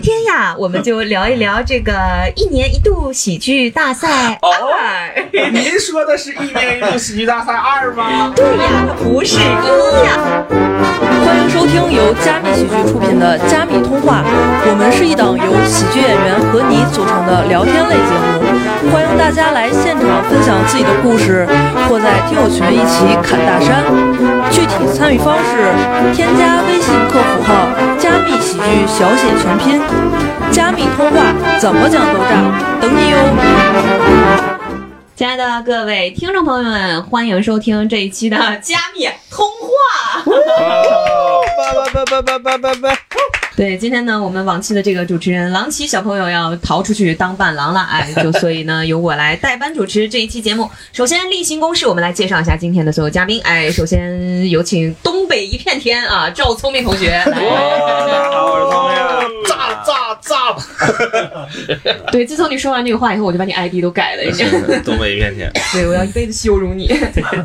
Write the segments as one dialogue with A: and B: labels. A: 今天呀，我们就聊一聊这个一年一度喜剧大赛
B: 哦
A: 二。
B: 您说的是一年一度喜剧大赛二吗？
A: 对呀，不是一呀。
C: 欢迎收听由加密喜剧出品的《加密通话》，我们是一档由喜剧演员和你组成的聊天类节目，欢迎大家来现场分享自己的故事，或在听友群一起侃大山。具体参与方式，添加微信客服号“加密喜剧”小写全拼，“加密通话”怎么讲都炸，等你哟！
A: 亲爱的各位听众朋友们，欢迎收听这一期的《加密通话》。
D: 拜拜拜拜拜拜拜！
A: 对，今天呢，我们往期的这个主持人郎奇小朋友要逃出去当伴郎了，哎，就所以呢，由我来代班主持这一期节目。首先，例行公事，我们来介绍一下今天的所有嘉宾。哎，首先有请东北一片天啊，赵聪明同学。来，
D: 大家好，我是
B: 哦
D: 汤呀。
B: 炸炸炸！
A: 对，自从你说完这个话以后，我就把你 ID 都改了已经。
D: 东北一片天，
A: 对，我要一辈子羞辱你。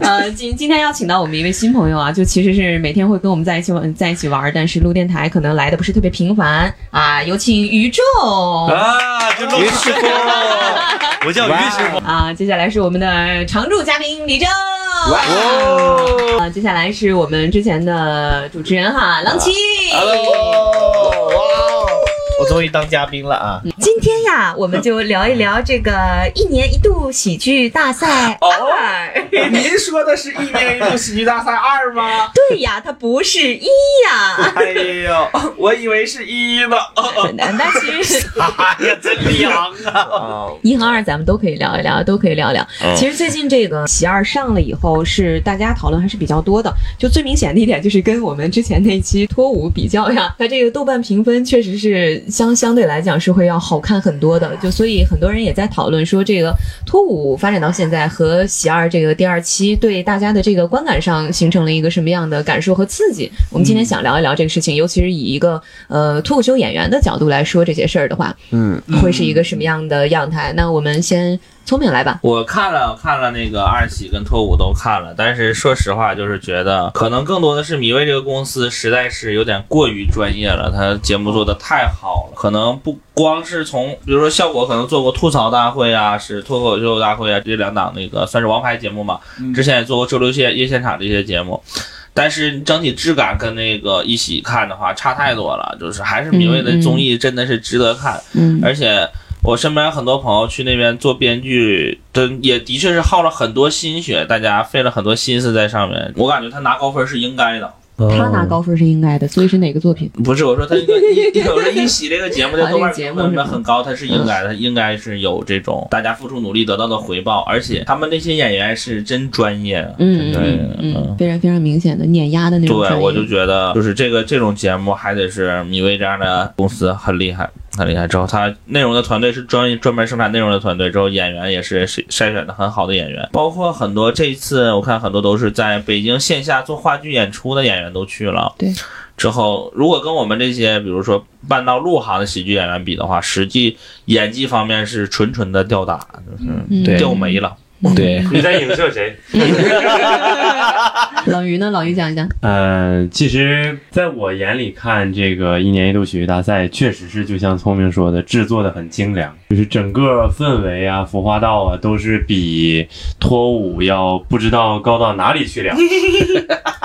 A: 呃，今今天邀请到我们一位新朋友啊，就其实是每天会跟我们在一起玩，在一起玩，但是录电台可能来的不是特别频繁啊。有请宇宙
D: 啊，这露出来了我叫于师傅。
A: 啊，接下来是我们的常驻嘉宾李正。
D: 哦
A: 啊，接下来是我们之前的主持人哈，郎奇。
E: 啊
B: 我终于当嘉宾了啊！
A: 今天呀，我们就聊一聊这个一年一度喜剧大赛
B: 哦
A: 二。
B: 您说的是一年一度喜剧大赛二吗？
A: 对呀，它不是一呀，
B: 哎呦，我以为是一呢。
A: 那其实是。
B: 哎呀，真凉啊！
A: 一和二咱们都可以聊一聊，都可以聊一聊。
D: 嗯
A: 其实最近这个喜二上了以后，是大家讨论还是比较多的。就最明显的一点就是跟我们之前那一期脱舞比较呀，它这个豆瓣评分确实是相相对来讲是会要好看很多的。就所以很多人也在讨论说，这个脱舞发展到现在和喜二这个第二期对大家的这个观感上形成了一个什么样的感受和刺激？我们今天想聊一聊这个事情，尤其是以一个呃脱口秀演员的角度来说这些事儿的话，
D: 嗯，
A: 会是一个什么样的样态？那我们先聪明来吧。
E: 我看了，我看了那个二喜跟脱舞都看了，但是说实话，就是觉得可能更多的是米未这个公司实在是有点过于专业了，他节目做的太好了，可能不光是从比如说效果，可能做过吐槽大会啊，是脱口秀大会啊这两档那个算是王牌节目嘛，之前也做过周六夜夜现场这些节目。但
A: 嗯
E: 是呃整体质感跟那个一起看的话差太多了，就是还是米未
A: 嗯
E: 的
A: 嗯
E: 综艺真的是值得看，
A: 嗯
E: 而且我身边很多朋友去那边做编剧，真也的确是耗了很多心血，大家费了很多心思在上面。我感觉他拿高分是应该的，
A: 他拿高分是应该的，所以是哪个作品？
E: 不是我说他一个一，我说一喜这个节目在豆
A: 啊
E: 瓣
A: 这个节
E: 评
A: 目是吧
E: 分很高，他是应该的，应该是有这种大家付出努力得到的回报，而且他们那些演员是真专业的，
A: 嗯
E: 对
A: 嗯嗯，
E: 嗯
A: 非常非常明显的碾压的那种
E: 对
A: 专，业
E: 我就觉得就是这个这种节目还得是米未这样的公司很厉害，很厉害。之后它内容的团队是专业专门生产内容的团队，之后演员也是筛筛选的很好的演员，包括很多这一次我看很多都是在北京线下做话剧演出的演员都去了。
A: 对。
E: 之后，如果跟我们这些比如说半道入行的喜剧演员比的话，实际演技方面是纯纯的吊打，就是
F: 嗯
A: 对
E: 吊没了。
G: 对，
H: 你在影射谁？
A: 老于呢？老于讲一讲。
H: 呃，其实在我眼里看，这个一年一度喜剧大赛确实是就像聪明说的，制作的很精良，就是整个氛围啊、服化道啊，都是比脱舞要不知道高到哪里去了。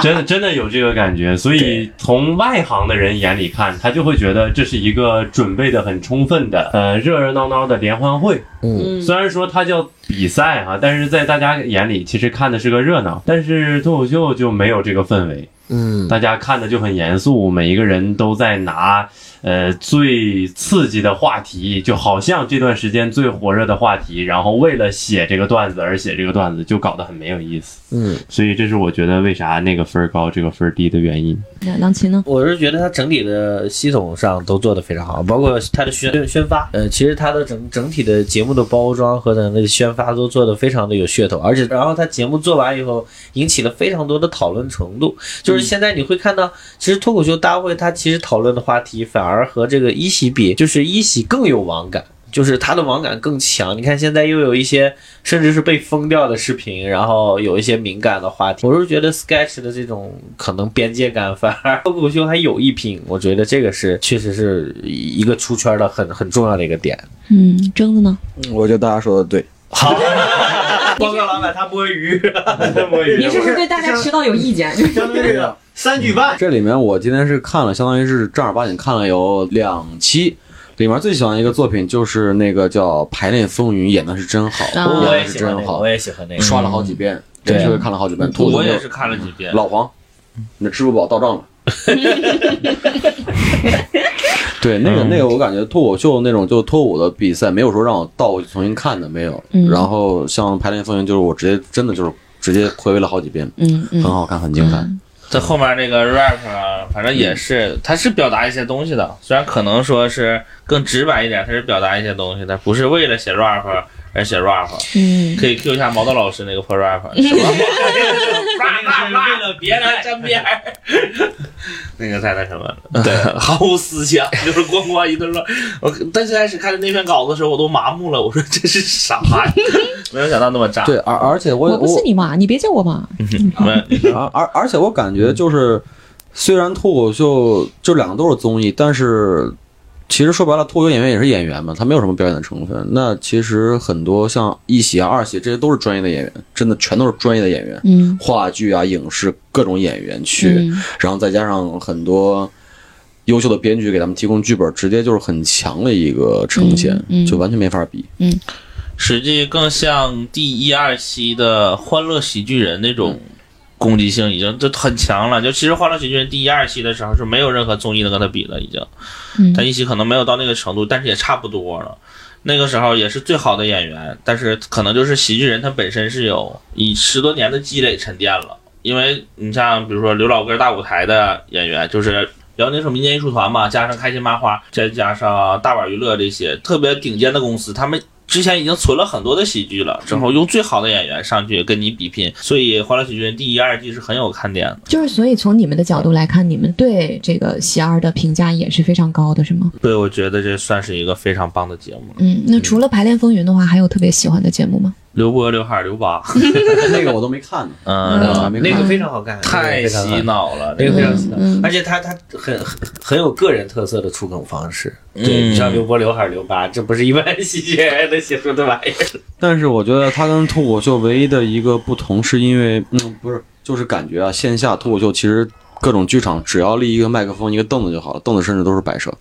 H: 真的真的有这个感觉，所以从外行的人眼里看，他就会觉得这是一个准备的很充分的，呃，热热闹闹的联欢会。
A: 嗯
H: 虽然说它叫比赛哈、但是在大家眼里其实看的是个热闹，但是脱口秀就没有这个氛围，
D: 嗯，
H: 大家看的就很严肃，每一个人都在拿呃最刺激的话题，就好像这段时间最火热的话题，然后为了写这个段子而写这个段子，就搞得很没有意思。
D: 嗯，
H: 所以这是我觉得为啥那个分儿高，这个分儿低的原因。
A: 那郎琴
C: 哦
A: 呢？
G: 我是觉得它整体的系统上都做得非常好，包括它的宣宣发，呃，其实它的整整体的节目的包装和它的宣发都做得非常的有噱头，而且然后它节目做完以后引起了非常多的讨论程度，就是现在你会看到，其实脱口秀大会它其实讨论的话题反而和这个一喜比，就是一喜更有网感。就是它的网感更强。你看现在又有一些甚至是被封掉的视频，然后有一些敏感的话题，我是觉得 Sketch 的这种可能边界感反而 脱口秀还有一拼，我觉得这个是确实是一个出圈的很很重要的一个点。
F: 嗯，蒸子呢？
I: 我觉得大家说的对，
G: 好，报告老板，他摸鱼。
A: 您是不是对大家迟到有意见？
D: 相当于这个三句半，
I: 这里面我今天是看了，相当于是正儿八经看了有两期。里面最喜欢一个作品就是那个叫《排练风云》，演的是真好，
A: 啊
I: 演
G: 我也
I: 的是
G: 喜欢
I: 真
G: 那个，
I: 好
G: 我，也嗯喜欢那个。
I: 刷了好几遍，真是看了好几
G: 嗯
I: 遍。兔子
E: 我也
I: 就是
E: 看了几遍。
I: 老黄，你的支付宝到账了。对，那个
G: 嗯
I: 那个，我感觉脱口秀那种就脱舞的比赛，没有说让我倒回去重新看的，没有。
F: 嗯
I: 然后像《排练风云》，就是我直接真的就是直接回味了好几遍，
F: 嗯
I: 很
F: 嗯，
I: 好看，很精彩。
E: 在后面那个 rap 啊，反正也是，它是表达一些东西的，虽然可能说是更直白一点，它是表达一些东西的，不是为了写 rap 而写 rap。
F: 嗯，
E: 可以 Q 一下毛豆老师那个破 rap，什么 为了 别人沾边儿，那个太那什么了，对， 毫无思想，就是咣咣一顿乱。我但最开始看着那篇稿子的时候，我都麻木了，我说这是啥呀？ 没有想到那么炸。
I: 对，而而且我
F: 我不是你妈，你别叫我妈。
E: 没
I: 而 而而且我感觉就是，虽然脱口秀就两个都是综艺，但是其实说白了，脱口秀演员也是演员嘛，他没有什么表演的成分。那其实很多像一喜啊、二喜这些都是专业的演员，真的全都是专业的演员，
F: 嗯，
I: 话剧啊、影视各种演员去，
F: 嗯
I: 然后再加上很多。优秀的编剧给他们提供剧本，直接就是很强的一个呈现，
F: 嗯嗯
I: 就完全没法比。
E: 实际更像第一二期的《欢乐喜剧人》那种攻击性已经就很强了。就其实《欢乐喜剧人》第一二期的时候是没有任何综艺能跟他比的，已经。
F: 嗯
E: 但一期可能没有到那个程度，但是也差不多了。那个时候也是最好的演员，但是可能就是喜剧人他本身是有以十多年的积累沉淀了。因为你像比如说刘老根大舞台的演员，就是辽宁省民间艺术团嘛，加上开心麻花，再加上大碗娱乐这些特别顶尖的公司，他们之前已经存了很多的喜剧了，之后用最好的演员上去跟你比
I: 嗯
E: 拼，所以《欢乐喜剧人》第一、二季是很有看点的。
F: 就是所以从你们的角度来看，你们对这个喜儿的评价也是非常高的，是吗？
E: 对，我觉得这算是一个非常棒的节目。
F: 嗯，那除了《排练风云》的话，还有特别喜欢的节目吗？
E: 刘波、刘海儿、刘 八，
I: 那个我都没看呢，啊
E: 嗯，
I: 我还没看。
G: 那个非常好看，
E: 太洗脑了，
G: 那个非常好看，那个非常洗脑，
F: 嗯
G: 而且他他很很很有个人特色的出梗方式。对，
E: 嗯
G: 你像刘波、刘海、刘八，这不是一般喜剧演员能写出的玩意儿。
I: 但是我觉得它跟脱口秀唯一的一个不同，是因为嗯，不是，就是感觉啊，线下脱口秀其实各种剧场只要立一个麦克风、一个凳子就好了，凳子甚至都是摆设。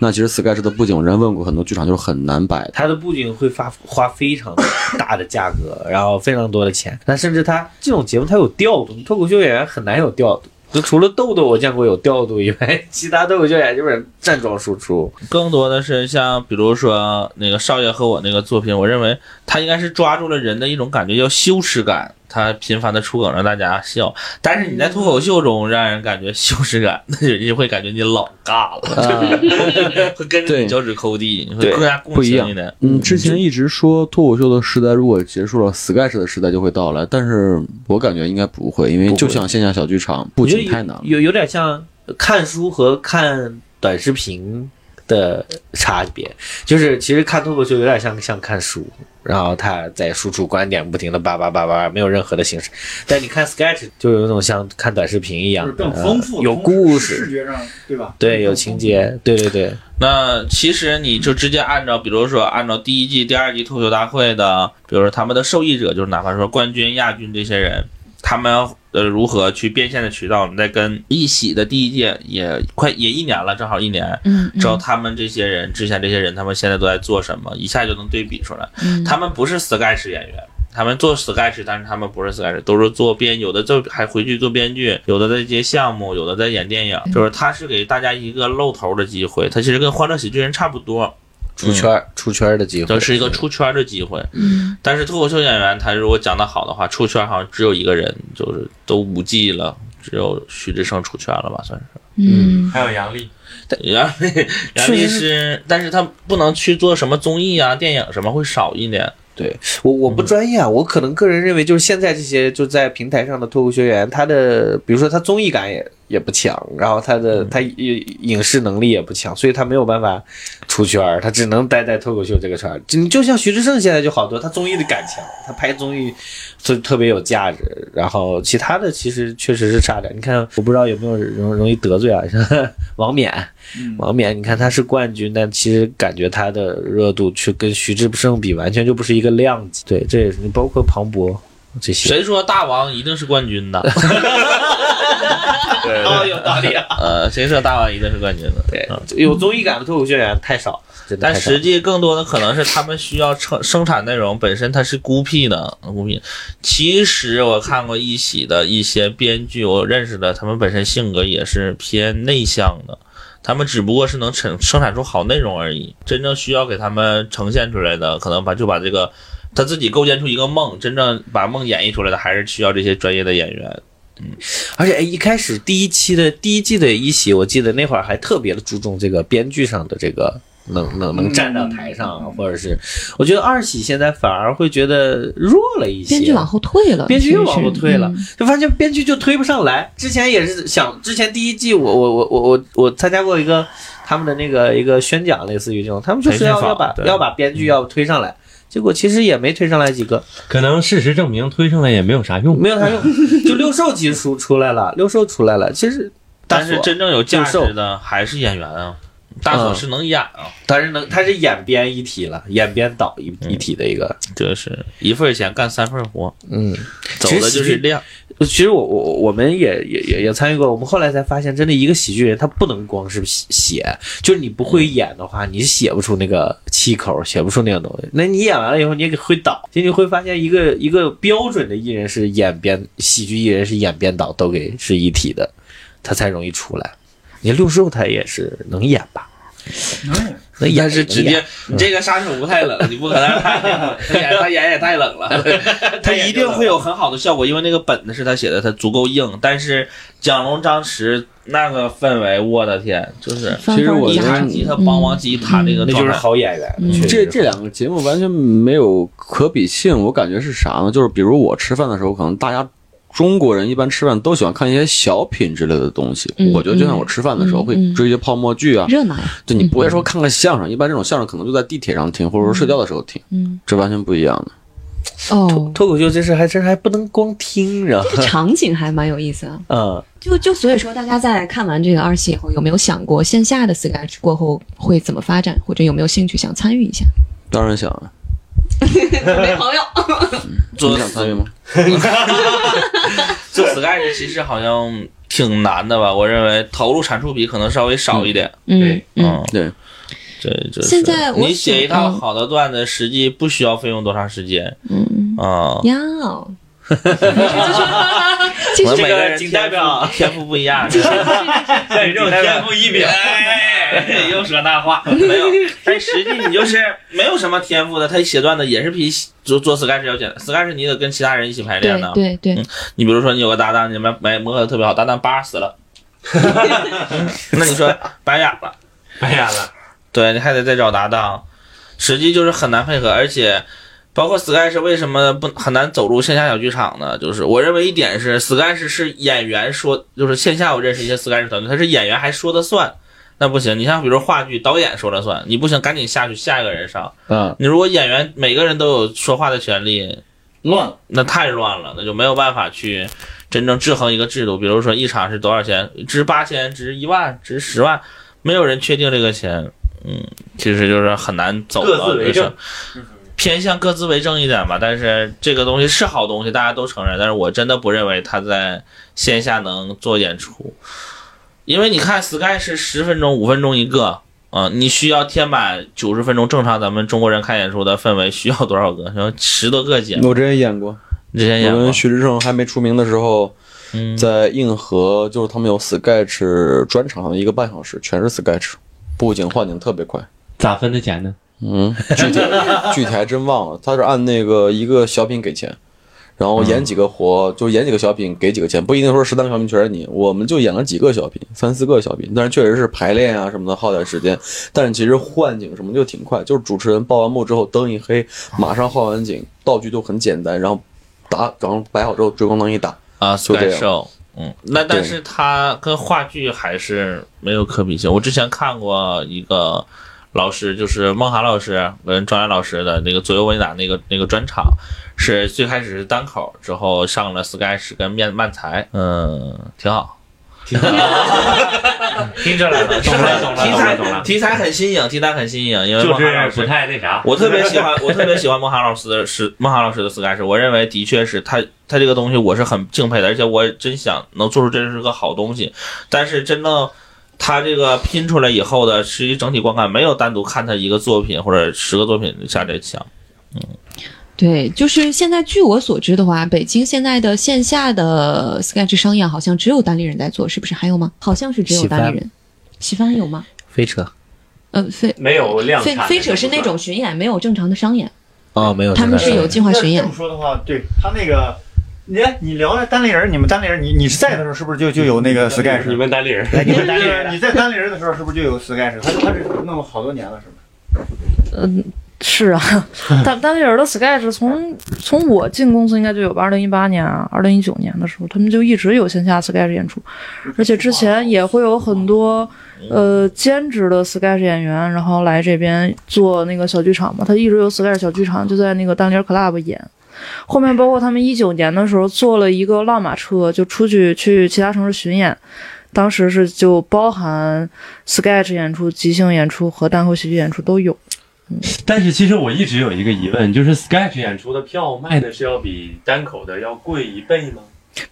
I: 那其实 sketch 的布景，人问过很多剧场就是很难摆的。
G: 他的布景会发花非常大的价格， 然后非常多的钱。那甚至他这种节目，他有调度，脱口秀演员很难有调度。就除了豆豆我见过有调度以外，其他脱口秀演员基本上站桩输出。
E: 更多的是像比如说那个少爷和我那个作品，我认为他应该是抓住了人的一种感觉，叫羞耻感。他频繁的出梗让大家笑，但是你在脱口秀中让人感觉羞耻感，那人就会感觉你老尬了，
I: 啊
E: 会跟着
I: 嗯对
E: 你脚趾抠地，你会
I: 对
E: 更加共
I: 不一
E: 情
I: 样
E: 点。
I: 嗯，之前一直说脱口秀的时代如果结束了，sketch 的时代就会到来，但是我感觉应该不会，因为
G: 不会
I: 就像线下小剧场，布
G: 我觉得
I: 景
G: 有
I: 太难了。
G: 有有点像看书和看短视频的差别，就是其实看脱口秀有点像像看书，然后他在输出观点，不停的叭叭叭叭，没有任何的形式。但你看 Sketch 就有那种像看短视频一
B: 就
G: 样
B: 是
G: 的，
B: 更丰富，
G: 呃有故事
B: 视，觉上对吧？
G: 对，有情
E: 嗯
G: 节，对对对，
E: 那其实你就直接按照，比如说按照第一季、第二季脱口秀大会的，比如说他们的受益者，就是哪怕说冠军、亚军这些人，他们呃如何去变现的渠道，我们在跟一喜的第一届也快也一年了，正好一年。
F: 嗯，
E: 知道他们这些人之前这些人，他们现在都在做什么，一下就能对比出来。
F: 嗯
E: 他们不是 sketch 演员，他们做 sketch，但是他们不是 sketch，都是做编，有的就还回去做编剧，有的在接项目，有的在演电影，
F: 嗯
E: 就是他是给大家一个露头的机会，他其实跟《欢乐喜剧人》差不多，
G: 出圈儿、出圈儿的机
E: 这
G: 会
E: 是一个出圈的机会。
F: 嗯
E: 但是脱口秀演员他如果讲得好的话，出圈好像只有一个人，就是都五 G 了。只有徐志胜出圈了吧，算是。
F: 嗯
H: 还有杨笠，
E: 杨幂，杨幂是，但是他不能去做什么综艺啊、电影什么，会少一点。
G: 我我不专业啊，我可能个人认为，就是现在这些就在平台上的脱口秀演员，他的比如说他综艺嗯感也也不强，然后他的他影影视能力也不强，所以他没有办法出圈儿，他只能待在脱口秀这个圈儿。就你就像徐志胜现在就好多，他综艺的感强，他拍综艺特特别有价值。然后其他的其实确实是差点。你看，我不知道有没有容容易得罪啊， 像王冕，
E: 嗯
G: 王冕，你看他是冠军，但其实感觉他的热度去跟徐志胜比，完全就不是一个量级。对，这也是你包括庞博这些。
E: 谁说大王一定是冠军的？
G: 对
E: 哦，有道理、啊。呃，谁说大王一定是冠军的？
G: 对， 有综艺感的脱口秀演员太少，真的
E: 但
G: 太少
E: 实际更多的可能是他们需要生生产内容本身它是孤僻的孤僻。其实我看过一喜的一些编剧，我认识的，他们本身性格也是偏内向的，他们只不过是能产生产出好内容而已。真正需要给他们呈现出来的，可能把就把这个他自己构建出一个梦，真正把梦演绎出来的，还是需要这些专业的演员。
G: 而且哎一开始第一期的第一季的一喜，我记得那会儿还特别的注重这个编剧上的这个能能能站
E: 嗯
G: 到台上啊，或者是我觉得二喜现在反而会觉得弱了一些，
F: 编剧往后退了，
G: 编剧又
F: 其实
G: 往后退了
F: 嗯，
G: 就发现编剧就推不上来。之前也是想，之前第一季我我我我我我参加过一个他们的那个一个宣讲，类似于这种，他们就是
E: 培训
G: 要
E: 坊
G: 要把
E: 对嗯
G: 要把编剧要推上来，结果其实也没推上来几个。
H: 可能事实证明推上来也没有啥用。
G: 没有啥用。就六兽其实出出来了，六兽出来了，其实大
E: 但
G: 锁
E: 是真正有价
G: 就
E: 值
G: 是
E: 的还是演员啊，大锁
G: 嗯
E: 是能演啊。
G: 他是能他是演编一体了，演编导一一体的一个。
E: 就是一份钱干三份活，
G: 嗯，
E: 走的就
G: 其实
E: 是量。
G: 其实我我我我们也也也也参与过，我们后来才发现，真的一个喜剧人他不能光是写写，就是你不会演的话，你是写不出那个气口，写不出那个东西。那你演完了以后，你也会导，其实你会发现一个一个标准的艺人是演编喜剧艺人是演编导都给是一体的，他才容易出来。你六兽他也是能演吧？能演，
E: 但是直接你这个杀手不太冷，你不可能让他演，他演他演也太冷了， 他一定会有很好的效果，因为那个本子是他写的，他足够硬。但是蒋龙、张弛那个氛围，我的天，就是
F: 翻
I: 其实
F: 番
I: 我
F: 一
I: 觉
F: 下
I: 得
E: 弹
F: 嗯
E: 吉他帮王吉他那个
G: 那就
E: 状
G: 是
E: 态，
G: 好演员。
F: 嗯
G: 确实
I: 这这两个节目完全没有可比性，我感觉是啥呢？就是比如我吃饭的时候，可能大家中国人一般吃饭都喜欢看一些小品之类的东西。
F: 嗯
I: 我觉得就像我吃饭的时候
F: 嗯
I: 会
F: 嗯
I: 追一些泡沫剧啊，
F: 热闹呀，
I: 就你不会说看个相声，一般这种相声可能就在地铁上听，或者说睡觉的时候听，
F: 嗯，
I: 这完全不一样的。
F: 哦，
E: 嗯
G: 脱口秀这事还真还不能光听着
F: 这，个场景还蛮有意思啊。
G: 嗯，
F: 就就所以说，大家在看完这个二期以后，有没有想过线下的 sketch 过后会怎么发展，或者有没有兴趣想参与 一下？
I: 当然想啊，
F: 没朋友，
E: 做
I: 你想参与吗？
E: 做 Sky 其实好像挺难的吧？我认为投入产出比可能稍微少一点，
F: 嗯
E: 嗯，
F: 嗯，
I: 对。
E: 这这是
F: 现在我
E: 你写一
F: 想
E: 套
F: 嗯
E: 好的段子，实际不需要费用多长时间
F: 嗯，
E: 啊。
F: 要。其
E: 我
F: 实
E: 们每个
G: 这
E: 人
G: 个仅
E: 天
G: 代表
E: 赋天赋不一样，
G: 在这种天赋异禀，
E: 哎，又说那话，没有。但实际你就是没有什么天赋的，他写段子也是比做做 sketch 要简单。sketch 你得跟其他人一起排练
F: 对
E: 呢。
F: 对
G: 嗯
F: 对，
E: 你比如说你有个搭档，你们没磨合的特别好，搭档八死了， 那你说白演了。
H: 白演了，
E: 对你还得再找搭档，实际就是很难配合，而且包括 Sky 是为什么不很难走入线下小剧场呢？就是我认为一点是 Sky 是是演员说，就是线下我认识一些 Sky 团队，他是演员还说的算。那不行，你像比如话剧，导演说了算，你不行赶紧下去下一个人上。
G: 嗯，
E: 你如果演员每个人都有说话的权利，
B: 乱了，
E: 那太乱了，那就没有办法去真正制衡一个制度。比如说一场是多少钱，值八千，值一万，值十万，没有人确定这个钱。嗯，其实就是很难走
H: 各
E: 到
H: 自
E: 这
H: 为
E: 个
H: 政
E: 上，偏向各自为政一点吧。但是这个东西是好东西，大家都承认。但是我真的不认为他在线下能做演出，因为你看 Sky 是十分钟、五分钟一个。啊、你需要填满九十分钟，正常咱们中国人看演出的氛围需要多少个？需要十多个节目。
I: 我之前演过，
E: 你之前
I: 我
E: 演过
I: 跟，徐志胜还没出名的时候，
E: 嗯，
I: 在硬核，就是他们有 sketch 专场，好像一个半小时全是 sketch，布景换景特别快。
H: 咋分的钱呢？
I: 嗯，具体具体还真忘了，他是按那个一个小品给钱，然后演几个活，就演几个小品给几个钱，不一定说十三个小品全是你，我们就演了几个小品，三四个小品，但是确实是排练啊什么的耗点时间，但是其实换景什么就挺快，就是主持人报完幕之后灯一黑，马上换完景，道具就很简单，然后打，然后摆好之后追光灯一打，
E: 啊
I: 就这
E: ，Sky
I: 样
E: Show，嗯，那但
I: 对
E: 是它跟话剧还是没有可比性。我之前看过一个老师，就是孟涵老师跟赵岩老师的那个左右为难那个那个专场，是最开始是单口，之后上了 sketch 跟面漫才，嗯，挺好。听出来 了，
H: 懂了懂了
E: 题
H: 懂
E: 材
H: 了懂了
E: 题材很新颖，题材很新颖，因为
H: 就
E: 孟涵老
H: 是
E: 师
H: 不太那啥。
E: 我特别喜欢，我特别喜欢孟涵老师的 是孟涵老师的 Sky 是，我认为的确是他他这个东西我是很敬佩的，而且我真想能做出这是个好东西，但是真的。他这个拼出来以后的，实际整体观感没有单独看他一个作品或者十个作品下来强。
F: 对，就是现在，据我所知的话，北京现在的线下的 Sketch 商演好像只有单立人在做，是不是？还有吗？好像是只有
G: 喜
F: 单
G: 翻
F: 立人。喜翻有吗？
G: 飞车
F: 呃，飞
H: 没有量
F: 飞
H: 产，
F: 飞扯是那种巡演，没有正常的商演，
G: 哦，没有，
F: 他们是有计划巡
J: 那
F: 演
J: 这么。说的话，对他那个，你哎你聊单立人，你们单立人，你你是在的时候是不是就就有那
H: 呃
J: 个 Sky
H: 你们单立人，
J: 你们单立人，你啊在单立人的时候是不是就有 Sky 是？他他是弄了好多年了，是吗？
C: 是啊，但单立人的 Sketch 从从我进公司应该就有吧，二零一八年、啊二零一九年的时候，他们就一直有线下 Sketch 演出，而且之前也会有很多呃兼职的 Sketch 演员，然后来这边做那个小剧场嘛。他一直有 Sketch 小剧场，就在那个单立人 Club 演。后面包括他们一九年的时候做了一个浪马车，就出去去其他城市巡演，当时是就包含 Sketch 演出、即兴演出和单口喜剧演出都有。
H: 但是其实我一直有一个疑问，就是 sketch 演出的票卖的是要比单口的要贵一倍吗？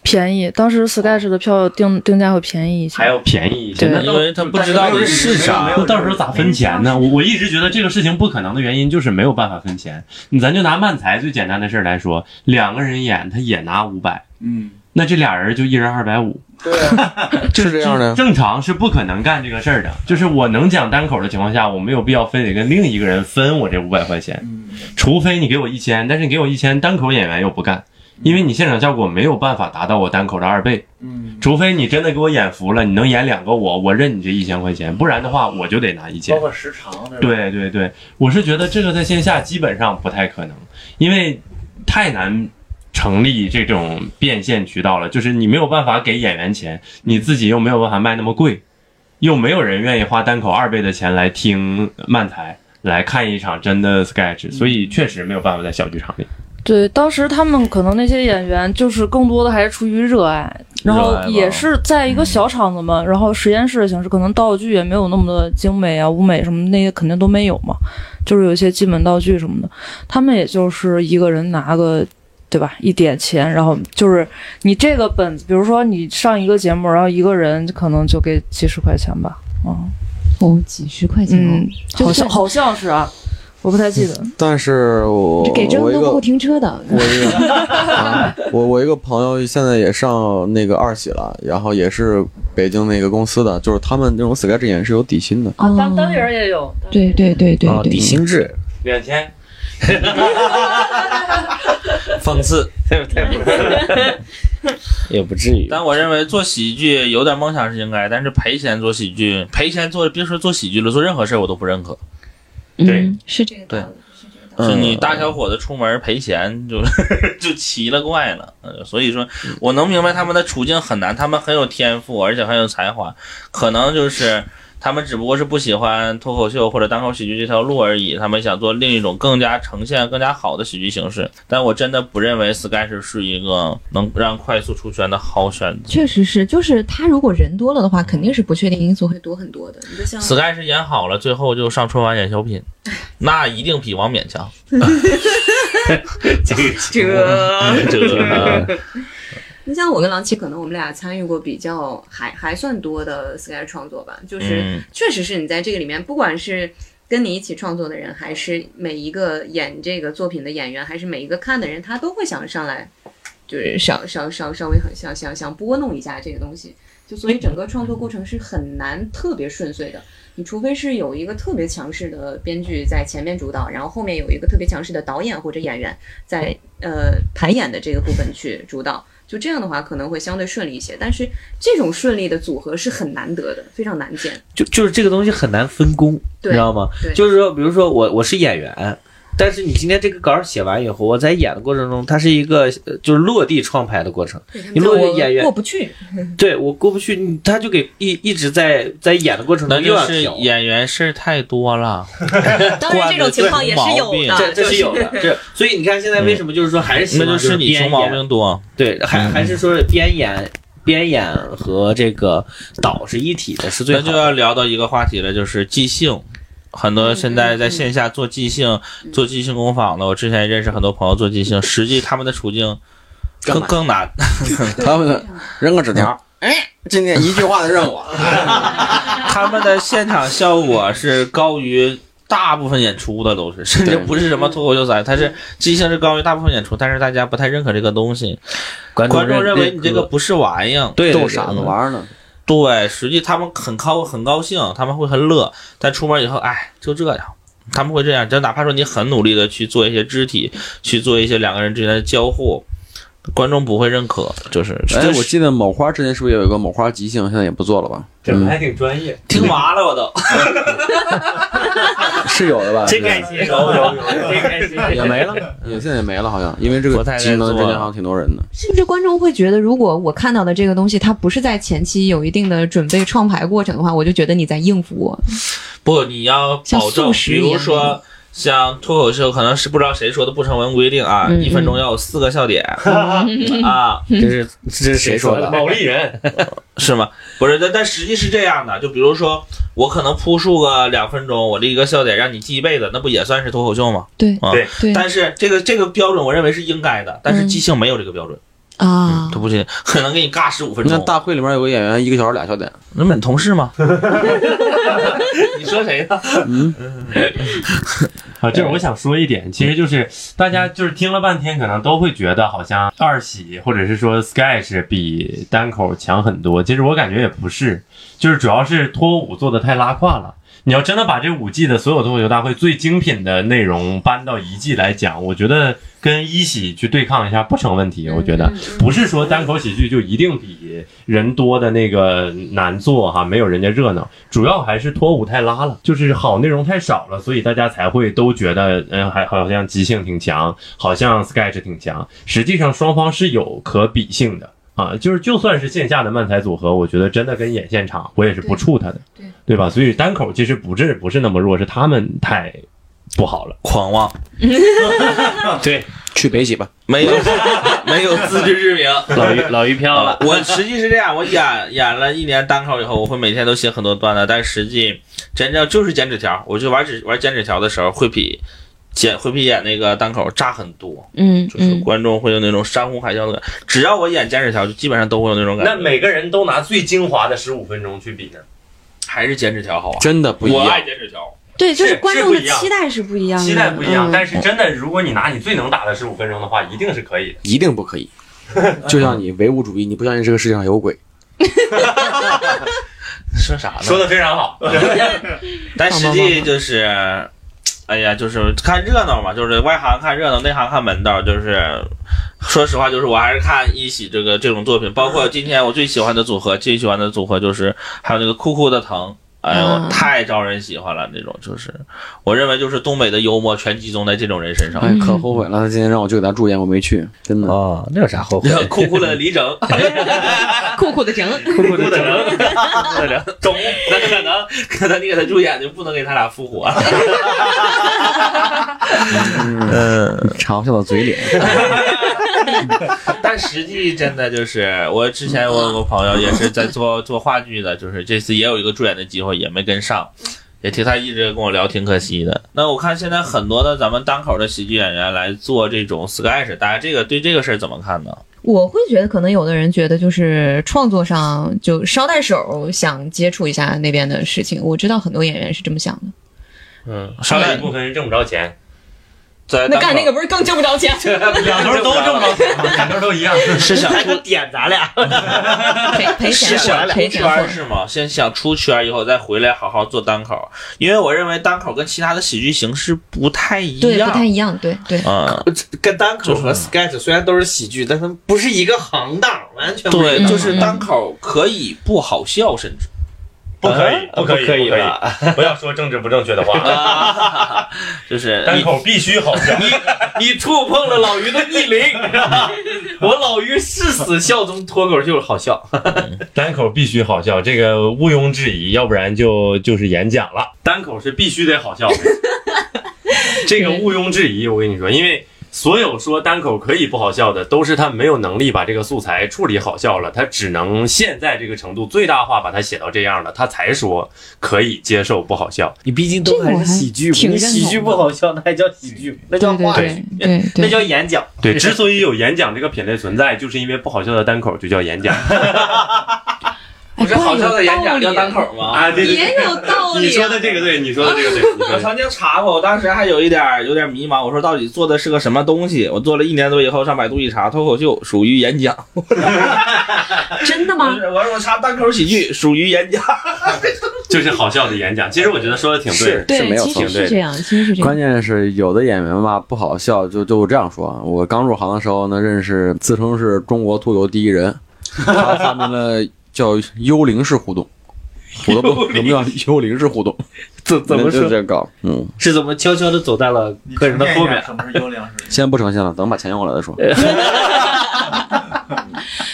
C: 便宜，当时 Sketch 的票定定价会便宜一些。
H: 还要便宜一些？
C: 对
H: 那
E: 因为他不知道你是啥，
H: 那到时候咋分钱呢？我我一直觉得这个事情不可能的原因就是没有办法分钱。你咱就拿漫才最简单的事儿来说，两个人演他也拿五百，
B: 嗯，
H: 那这俩人就一人二百五，
I: 是这样的。
H: 正常是不可能干这个事儿的。就是我能讲单口的情况下，我没有必要非得跟另一个人分我这五百块钱，
J: 嗯
H: 除非你给我一千，但是你给我一千，单口演员又不干。
J: 嗯
H: 因为你现场效果没有办法达到我单口的二倍，
B: 嗯，
H: 除非你真的给我演服了，你能演两个我，我认你这一千块钱，不然的话我就得拿一千
J: 包。括时长对吧？
H: 对对对，我是觉得这个在线下基本上不太可能，因为太难成立这种变现渠道了。就是你没有办法给演员钱，你自己又没有办法卖那么贵，又没有人愿意花单口二倍的钱来听漫才。来看一场真的 sketch，所以确实没有办法在小剧场里。
C: 对，当时他们可能那些演员就是更多的还是出于热爱，然后
E: 热爱吧
C: 也是在一个小场子嘛，然后实验室的形式，可能道具也没有那么的精美啊、舞美什么那些肯定都没有嘛，就是有一些基本道具什么的，他们也就是一个人拿个。对吧？一点钱，然后就是你这个本子，比如说你上一个节目，然后一个人可能就给几十块钱吧，嗯
F: 哦，几十块钱哦
C: 嗯，，
F: 就
C: 好
F: 是
C: 像好像是啊，我不太记得。
I: 但是我
F: 这给这
I: 我一
F: 都
I: 个
F: 够停车的。
I: 我一个，啊、我 我一个朋友现在也上那个二喜了，然后也是北京那个公司的，就是他们这种 sketch 演是有底薪的。
C: 啊，
F: 哦
C: 单单立人也有，
F: 对对对对
G: 哦，
F: 对
G: 底，薪制，
H: 两千，
E: 讽刺。
H: 嗯
G: 也不至于。
E: 但我认为做喜剧有点梦想是应该，但是赔钱做喜剧，赔钱做别说做喜剧了，做任何事儿我都不认可。
F: 嗯，是这个道理。
E: 就
I: 嗯
E: 你大小伙子出门赔钱就就奇了怪了，呃所以说我能明白他们的处境很难，他们很有天赋，而且很有才华，可能就是他们只不过是不喜欢脱口秀或者单口喜剧这条路而已，他们想做另一种更加呈现更加好的喜剧形式。但我真的不认为 sketch 是一个能让快速出圈的好选择。
F: 确实是，就是他如果人多了的话，肯定是不确定因素会多很多的。你就像
E: sketch 演好了，最后就上春晚演小 品，那一定比王冕强。 这这
G: 啊
E: 个。
F: 你像我跟郎奇，可能我们俩参与过比较还还算多的 sketch 创作吧，就是、
E: 嗯
F: 确实是你在这个里面，不管是跟你一起创作的人，还是每一个演这个作品的演员，还是每一个看的人，他都会想上来，就是稍稍稍稍微很想想想拨弄一下这个东西。就所以整个创作过程是很难特别顺遂的，你除非是有一个特别强势的编剧在前面主导，然后后面有一个特别强势的导演或者演员在呃排演的这个部分去主导，就这样的话可能会相对顺利一些。但是这种顺利的组合是很难得的，非常难见。
G: 就就是这个东西很难分工，你
F: 对
G: 知道吗
F: 对？
G: 就是说，比如说我我是演员，但是你今天这个稿写完以后，我在演的过程中，它是一个呃就是落地创牌的过程。你落地演员
A: 过不 去，
G: 对我过不去，你他就给一一直在在演的过程
E: 那
G: 中
E: 就
G: 又要啊
E: 是
G: 调。
E: 演员事儿太多了，
A: 当然这种情况也是有的，
G: 这这是 有的，这所以你看现在为什么就是说还是希
E: 那
G: 望
E: 就是是你
G: 边
E: 穷毛
G: 演
E: 病多。
G: 对，还还是说边演边演和这个导是一体的，是最
E: 那
G: 好
E: 就
G: 的。
E: 要聊到一个话题了，就是即兴。很
I: 嗯
E: 多现在在线下做即兴、做即兴工坊的，我之前也认识很多朋友做即兴，实际他们的处境更更难。
I: 嗯他们扔个纸条，
E: 嗯
I: 哎，今天一句话的 任务，
E: 他们的现场效果是高于大部分演出的，都是甚至不是什么
I: 嗯
E: 脱口秀赛，它是即兴是高于大部分演出，但是大家不太认可这个东西，
G: 观
E: 观众认
G: 认
E: 为你这个不是玩意儿。
G: 对嗯
I: 逗傻子玩儿呢。
E: 对，实际他们很高很高兴，他们会很乐，但出门以后，哎，就这样。他们会这样，就哪怕说你很努力的去做一些肢体，去做一些两个人之间的交互，观众不会认可，就是
I: 哎，我记得某花之前是不是也有一个某花即兴，现在也不做了吧？嗯
H: 这还挺专业。
E: 听麻了我都。
I: 是有的吧？
H: 真开心， 有有有， 真开心。
G: 也没了。
I: 也现在也没了，好像因为这个
E: 不太
I: 技能
E: 做
I: 之前
E: 了
I: 好像挺多人的。
A: 是不是观众会觉得，如果我看到的这个东西，它不是在前期有一定的准备创牌过程的话，我就觉得你在应付我。
E: 不，你要保
A: 像
E: 证，
A: 素食
E: 比
A: 一
E: 如
A: 样
E: 说像脱口秀，可能是不知道谁说的不成文规定啊，
A: 嗯
E: 一分钟要有四个笑点 啊，
G: 这是这是谁说的？
H: 某丽人，
E: 是吗？不是，但但实际是这样的，就比如说我可能铺述个两分钟，我这一个笑点让你记一辈子，那不也算是脱口秀吗？
A: 对
E: 啊
H: 对
A: 对
E: 但是这个这个标准，我认为是应该的，但是
A: 嗯
E: 即兴没有这个标准，嗯
A: 啊
E: 他，不行，可能给你尬十五分
I: 那
E: 钟。
I: 大会里面有个演员，一个小时俩笑点，
E: 那么你同事吗？你说谁呢？
H: 啊，这是我想说一点，其实就是大家就是听了半天，可能都会觉得好像二喜或者是说 sketch 比单口强很多。其实我感觉也不是，就是主要是脱舞做的太拉胯了。你要真的把这五季的所有脱口秀大会最精品的内容搬到一季来讲，我觉得跟一喜去对抗一下不成问题。我觉得不是说单口喜剧就一定比人多的那个难做哈，没有人家热闹，主要还是脱舞太拉了，就是好内容太少了，所以大家才会都觉得，嗯，还好像即兴挺强，好像 sketch 挺强，实际上双方是有可比性的。啊，就是就算是线下的漫才组合，我觉得真的跟演现场，我也是不怵他的，
F: 对
H: 对吧？所以单口其实不是不是那么弱，是他们太不好了。
E: 狂妄，
I: 去北喜吧。
E: 没有 没有自知 之明。
G: 老于老于飘了，
E: 我实际是这样，我演演了一年单口以后，我会每天都写很多段子，但实际真正就是剪纸条，我就玩纸玩剪纸条的时候会比剪会比演那个单口炸很多，
A: 嗯
E: 就是
A: 嗯，
E: 观众会有那种山呼海啸的感觉。只要我演剪纸条，就基本上都会有那种感觉。
H: 个人都拿最精华的十五分钟去比呢？
E: 还是剪纸条好玩，
I: 真的不一
E: 我
I: 样
E: 爱。剪纸条。
A: 对，就是是观众的
H: 是不一样
A: 期待是不一样的，
H: 期待不一样，
A: 嗯
H: 但是真的，如果你拿你最能打的十五分钟的话，一定是可以的。
I: 一定不 可以。就像你唯物主义，你不相信这个世界上有鬼，
E: 说啥呢？
H: 说的非常好，
E: 但实际就是，哎呀，就是看热闹嘛，就是外行看热闹，内行看门道。就是说实话，就是我还是看一喜这个这种作品，包括今天我最喜欢的组合，最喜欢的组合就是还有那个酷酷的疼。哎呦
A: 嗯，
E: 太招人喜欢了！那种就是，我认为就是东北的幽默全集中在这种人身 上。
I: 哎，可后悔了。他今天让我去给他助演，我没去，真的。
G: 哦，那有啥后悔？
E: 酷酷的李 整，
A: 酷酷的整，
E: 哎酷 酷的整，酷的整， 懂？那可能可能你给他助演就不能给他俩复活了。
I: 嘲笑的嘴脸，
E: 但实际真的就是，我之前我有个朋友也是在做做话剧的，就是这次也有一个助演的机会，也没跟上，也听他一直跟我聊，挺可惜的。那我看现在很多的咱们单口的喜剧演员来做这种 sketch，大家这个对这个事儿怎么看呢？
A: 我会觉得，可能有的人觉得就是创作上就捎带手想接触一下那边的事情，我知道很多演员是这么想的。
H: 嗯，
E: 上来
H: 部分人挣不着钱，
E: 在
A: 那干那个不是更挣不着钱？
H: 两头都挣不着钱，两头都一样。
E: 是 想
G: 我点咱俩，
A: 赔赔
E: 是
A: 钱
I: 啊
E: 想
A: 货，
E: 出
A: 赔
E: 圈
A: 钱
E: 儿
A: 货。
E: 是吗？先想出圈儿以后再回来好好做单口，因为我认为单口跟其他的喜剧形式不太一
A: 对，不
E: 样
A: 太一样，对对。
E: 啊。
G: 跟单口和 sketch 虽然都是喜剧，但他们不是一个行当，完全不一
A: 嗯
E: 对，
G: 样嗯
E: 就是单口可以不好笑，甚至
H: 不可以，不可以，
G: 嗯呃不可以啊
H: 不可
G: 吧？
H: 以，不要说政治不正确的话。
E: 啊，就是
K: 单
E: 你
K: 口必须好笑。
E: 你触碰了老于的逆鳞，我老于誓死效忠脱口秀好笑。
K: 嗯单口必须好笑，这个毋庸置疑，要不然就就是演讲了。单口是必须得好笑的，这个毋庸置疑。我跟你说，因为所有说单口可以不好笑的，都是他没有能力把这个素材处理好笑了，他只能现在这个程度最大化把它写到这样了，他才说可以接受不好笑。
G: 你毕竟都还是喜剧嘛，
A: 这个我还挺认
G: 你
A: 同的
G: 喜剧不好笑，那还叫喜剧吗？那叫话剧。
A: 对对对对，
E: 叫演讲。
K: 对，之所以有演讲这个品类存在，就是因为不好笑的单口就叫演 讲
A: 哎，
E: 不是
A: 怪
E: 好
A: 有
E: 笑的演讲叫
A: 道
E: 单
A: 理。
E: 口吗？
K: 啊！对对
F: 也
K: 对，
F: 有道
K: 你
F: 理
K: 说
F: 啊。
K: 的这个对，你说的这个对，你说
E: 哎我
K: 的 这个
E: 曾经查过，我当时还有一点儿有点迷茫，我说到底做的是个什么东西？我做了一年多以后，上百度一查，脱口秀属于演讲。
F: 真的
E: 不
F: 吗？
E: 是，我说我查单口喜剧属于演讲。
K: 就是好笑的演讲。其实我觉得说的挺对的
I: 是。是没
A: 对，
I: 有
A: 其实。
I: 错
A: 是这样，其实是这
I: 关
A: 样。
I: 键是有的演员吧不好笑，就就我这样说啊，我刚入行的时候呢，认识自称是中国脱口第一人，他发明了叫幽灵式互动，我都不什么叫幽灵式互动，
G: 怎怎么
I: 就
G: 说？
I: 这样搞？嗯，
G: 是怎么悄悄的走在了客人的后面？
J: 什么是优良是？
I: 先不呈现了，等把钱要过来再说。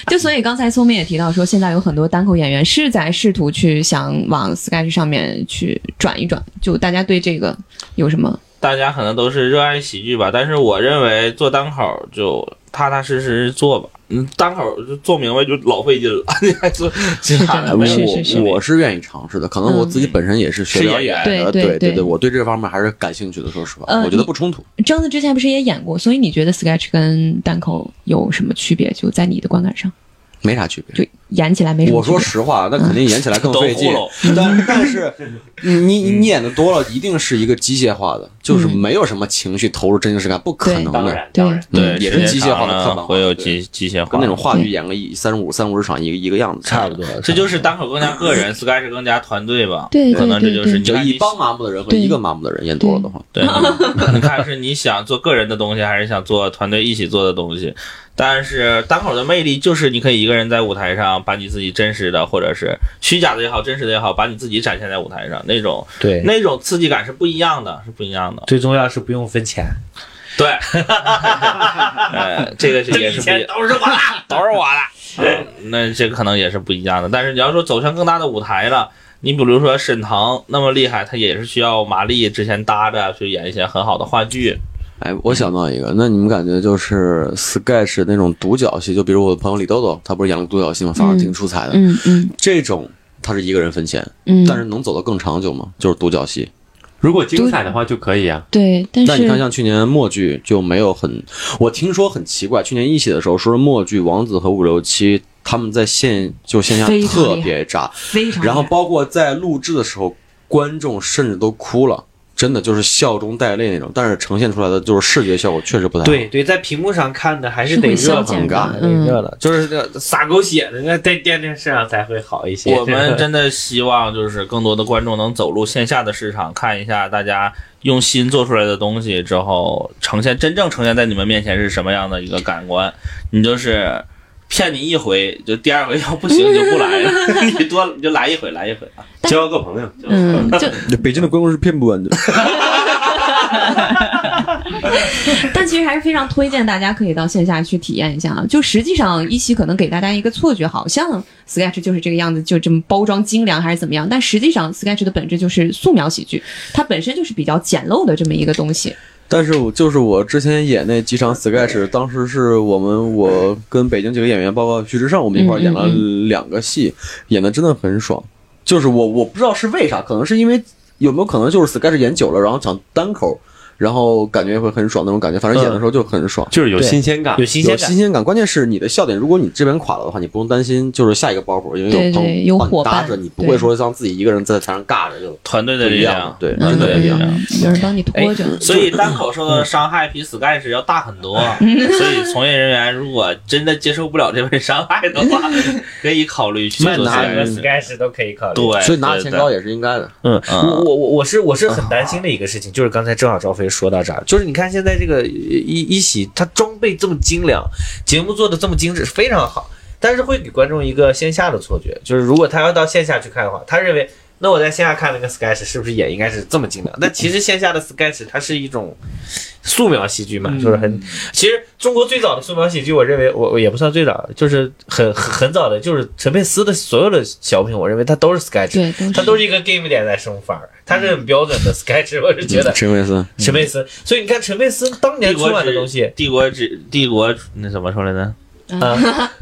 A: 就所以刚才聪明也提到说，现在有很多单口演员是在试图去想往 sketch 上面去转一转。就大家对这个有什么？
E: 大家可能都是热爱喜剧吧，但是我认为做单口就踏踏实实做吧。嗯，单口就做明白就老费劲了， 你还做其他的
A: 是
E: 没
A: 是
E: 有
A: 是是
I: 我我是愿意尝试的，可能我自己本身也是学
E: 是
I: 表
E: 演
I: 演
A: 员
I: 的，
A: 对对
I: 对
A: 对
I: 对，我对这方面还是感兴趣的。说实话
A: 呃，
I: 我觉得
A: 你
I: 不冲突。
A: 张子之前不是也演过？所以你觉得 sketch 跟单口有什么区别？就在你的观感上，
I: 没啥区别。
A: 就演起来 没什么
I: 我
A: 区别。
I: 说实话，那肯定演起来 更
E: 都
I: 费
E: 糊
I: 劲。
E: 弄。
I: 但但是你你你演的多了，一定是一个机械化的，就是没有什么情绪投入、真实感，不可能
K: 当
I: 的。嗯
K: 然，
A: 对
K: 当然，
E: 对，
I: 也
E: 时
I: 是
E: 间
I: 机械化
E: 长
I: 的
E: 了
I: 刻板化，
E: 会有
I: 对
E: 机机械化，
I: 跟那种话剧演个一三十五三五十场一个一个样子，嗯差不多。
E: 这就是单口更加个人，sketch 更加团队吧。
A: 对
E: 可能这
A: 对
E: 就
A: 对对
E: 是你
I: 就
E: 看
I: 一
E: 你
I: 帮 麻木的人和一个麻木的人演多了的话，
E: 对，你看是你想做个人的东西，还是想做团队一起做的东西？但是单口的魅力就是你可以一个人在舞台上把你自己真实的，或者是虚假的也好，真实的也好，把你自己展现在舞台上，那种
G: 对，
E: 那种刺激感是不一样的，是不一样的。
G: 最重要是不用分钱。
E: 对，呃，这个是也 是不一样，
K: 都是我啦，
E: 都是我的。那这可能也是不一样的。但是你要说走向更大的舞台了，你比如说沈腾那么厉害，他也是需要马丽之前搭着去演一些很好的话剧。
I: 哎，我想到一个，那你们感觉就是 sketch 那种独角戏，就比如我朋友李豆豆，他不是演了独角戏吗？反而挺出彩的。
A: 嗯嗯
I: 这种他是一个人分钱，
A: 嗯，
I: 但是能走得更长久吗？就是独角戏。
K: 如果精彩的话就可以啊。
A: 对，但
I: 但
A: 是
I: 你看，像去年默剧就没有很，我听说很奇怪，去年一起的时候说是默剧王子和五六七他们在线就线下
A: 非常厉害
I: 特别炸，
A: 非常
I: 然后
A: 厉害
I: 包括在录制的时候，观众甚至都哭了，真的就是笑中带泪那种。但是呈现出来的就是视觉效果确实不太好。
G: 对对，在屏幕上看的还
A: 是
G: 是得
A: 会
G: 热
A: 消
G: 闹
A: 减
I: 很
A: 的
I: 尬，
G: 得
A: 嗯
G: 热闹，就是这撒狗血的，那在电电视上才会好一些。
E: 我们真的希望就是更多的观众能走入线下的市场，看一下大家用心做出来的东西之后，呈现真正呈现在你们面前是什么样的一个感官。你就是骗你一回，就第二回要 不行你就不来 了，你多你就来一回，来一回啊。
K: 交个朋友，
A: 嗯，就
I: 北京的观众是骗不完的。
A: 但其实还是非常推荐大家可以到线下去体验一下啊。就实际上一期可能给大家一个错觉，好像 sketch 就是这个样子，就这么包装精良还是怎么样，但实际上 sketch 的本质就是素描喜剧，它本身就是比较简陋的这么一个东西。
I: 但是我就是我之前演那几场 sketch，当时是我们我跟北京几个演员，包括徐志胜，我们一块儿演了
A: 嗯
I: 两个戏，演的真的很爽。就是我我不知道是为啥，可能是因为有没有可能就是 sketch 演久了，然后讲单口，然后感觉会很爽那种感觉，反正演的时候就很爽。
K: 就是有新鲜感
G: 有。新
I: 有
G: 鲜感
I: 新。鲜感，关键是你的笑点。如果你这边垮了的话，你不用担心，就是下一个包袱，因为
A: 对
I: 朋
A: 对有
I: 友帮你
A: 伙
I: 搭
A: 伴
I: 着，你不
A: 对
I: 会说像自己一个人在台上尬着就
E: 团队的
I: 不
E: 力
I: 一样了
E: 量，，
I: 对，
E: 嗯
I: 真的
E: 对
I: 一
E: 对
I: 样。
A: 嗯，有人帮你拖着。
I: 哎
E: 所以单口受到的伤害比 sketch 要大很多，啊所以从业人员如果真的接受不了这份伤害的 话，可以考虑去做
I: 那拿
G: 整个
E: sketch。
G: sketch 都可以考虑。
E: 对，
I: 所以拿
E: 对
I: 钱
E: 对
I: 高也是应该的。
G: 嗯，
E: 嗯
G: 我我我我是我是很担心的一个事情，就是刚才正好赵飞说到这儿，就是你看现在这个呃一一喜，它装备这么精良，节目做的这么精致，非常好，但是会给观众一个线下的错觉，就是如果他要到线下去看的话，他认为那我在线下看那个 sketch 是不是也应该是这么精良？但其实线下的 sketch 它是一种素描戏剧嘛，就是
E: 嗯
G: 很。其实中国最早的素描喜剧，我认为我我也不算最早，就是很很很早的，就是陈佩斯的所有的小品，我认为它都是 sketch，
A: 对都是
G: 它都是一个 game 点在生范儿，它
E: 嗯
G: 是很标准的 sketch，我是觉得。
I: 陈佩斯，
G: 陈佩斯，所以你看陈佩斯当年
E: 帝
G: 春
E: 国
G: 晚的东西，
E: 之帝国之帝国那怎么说来着？
G: 啊，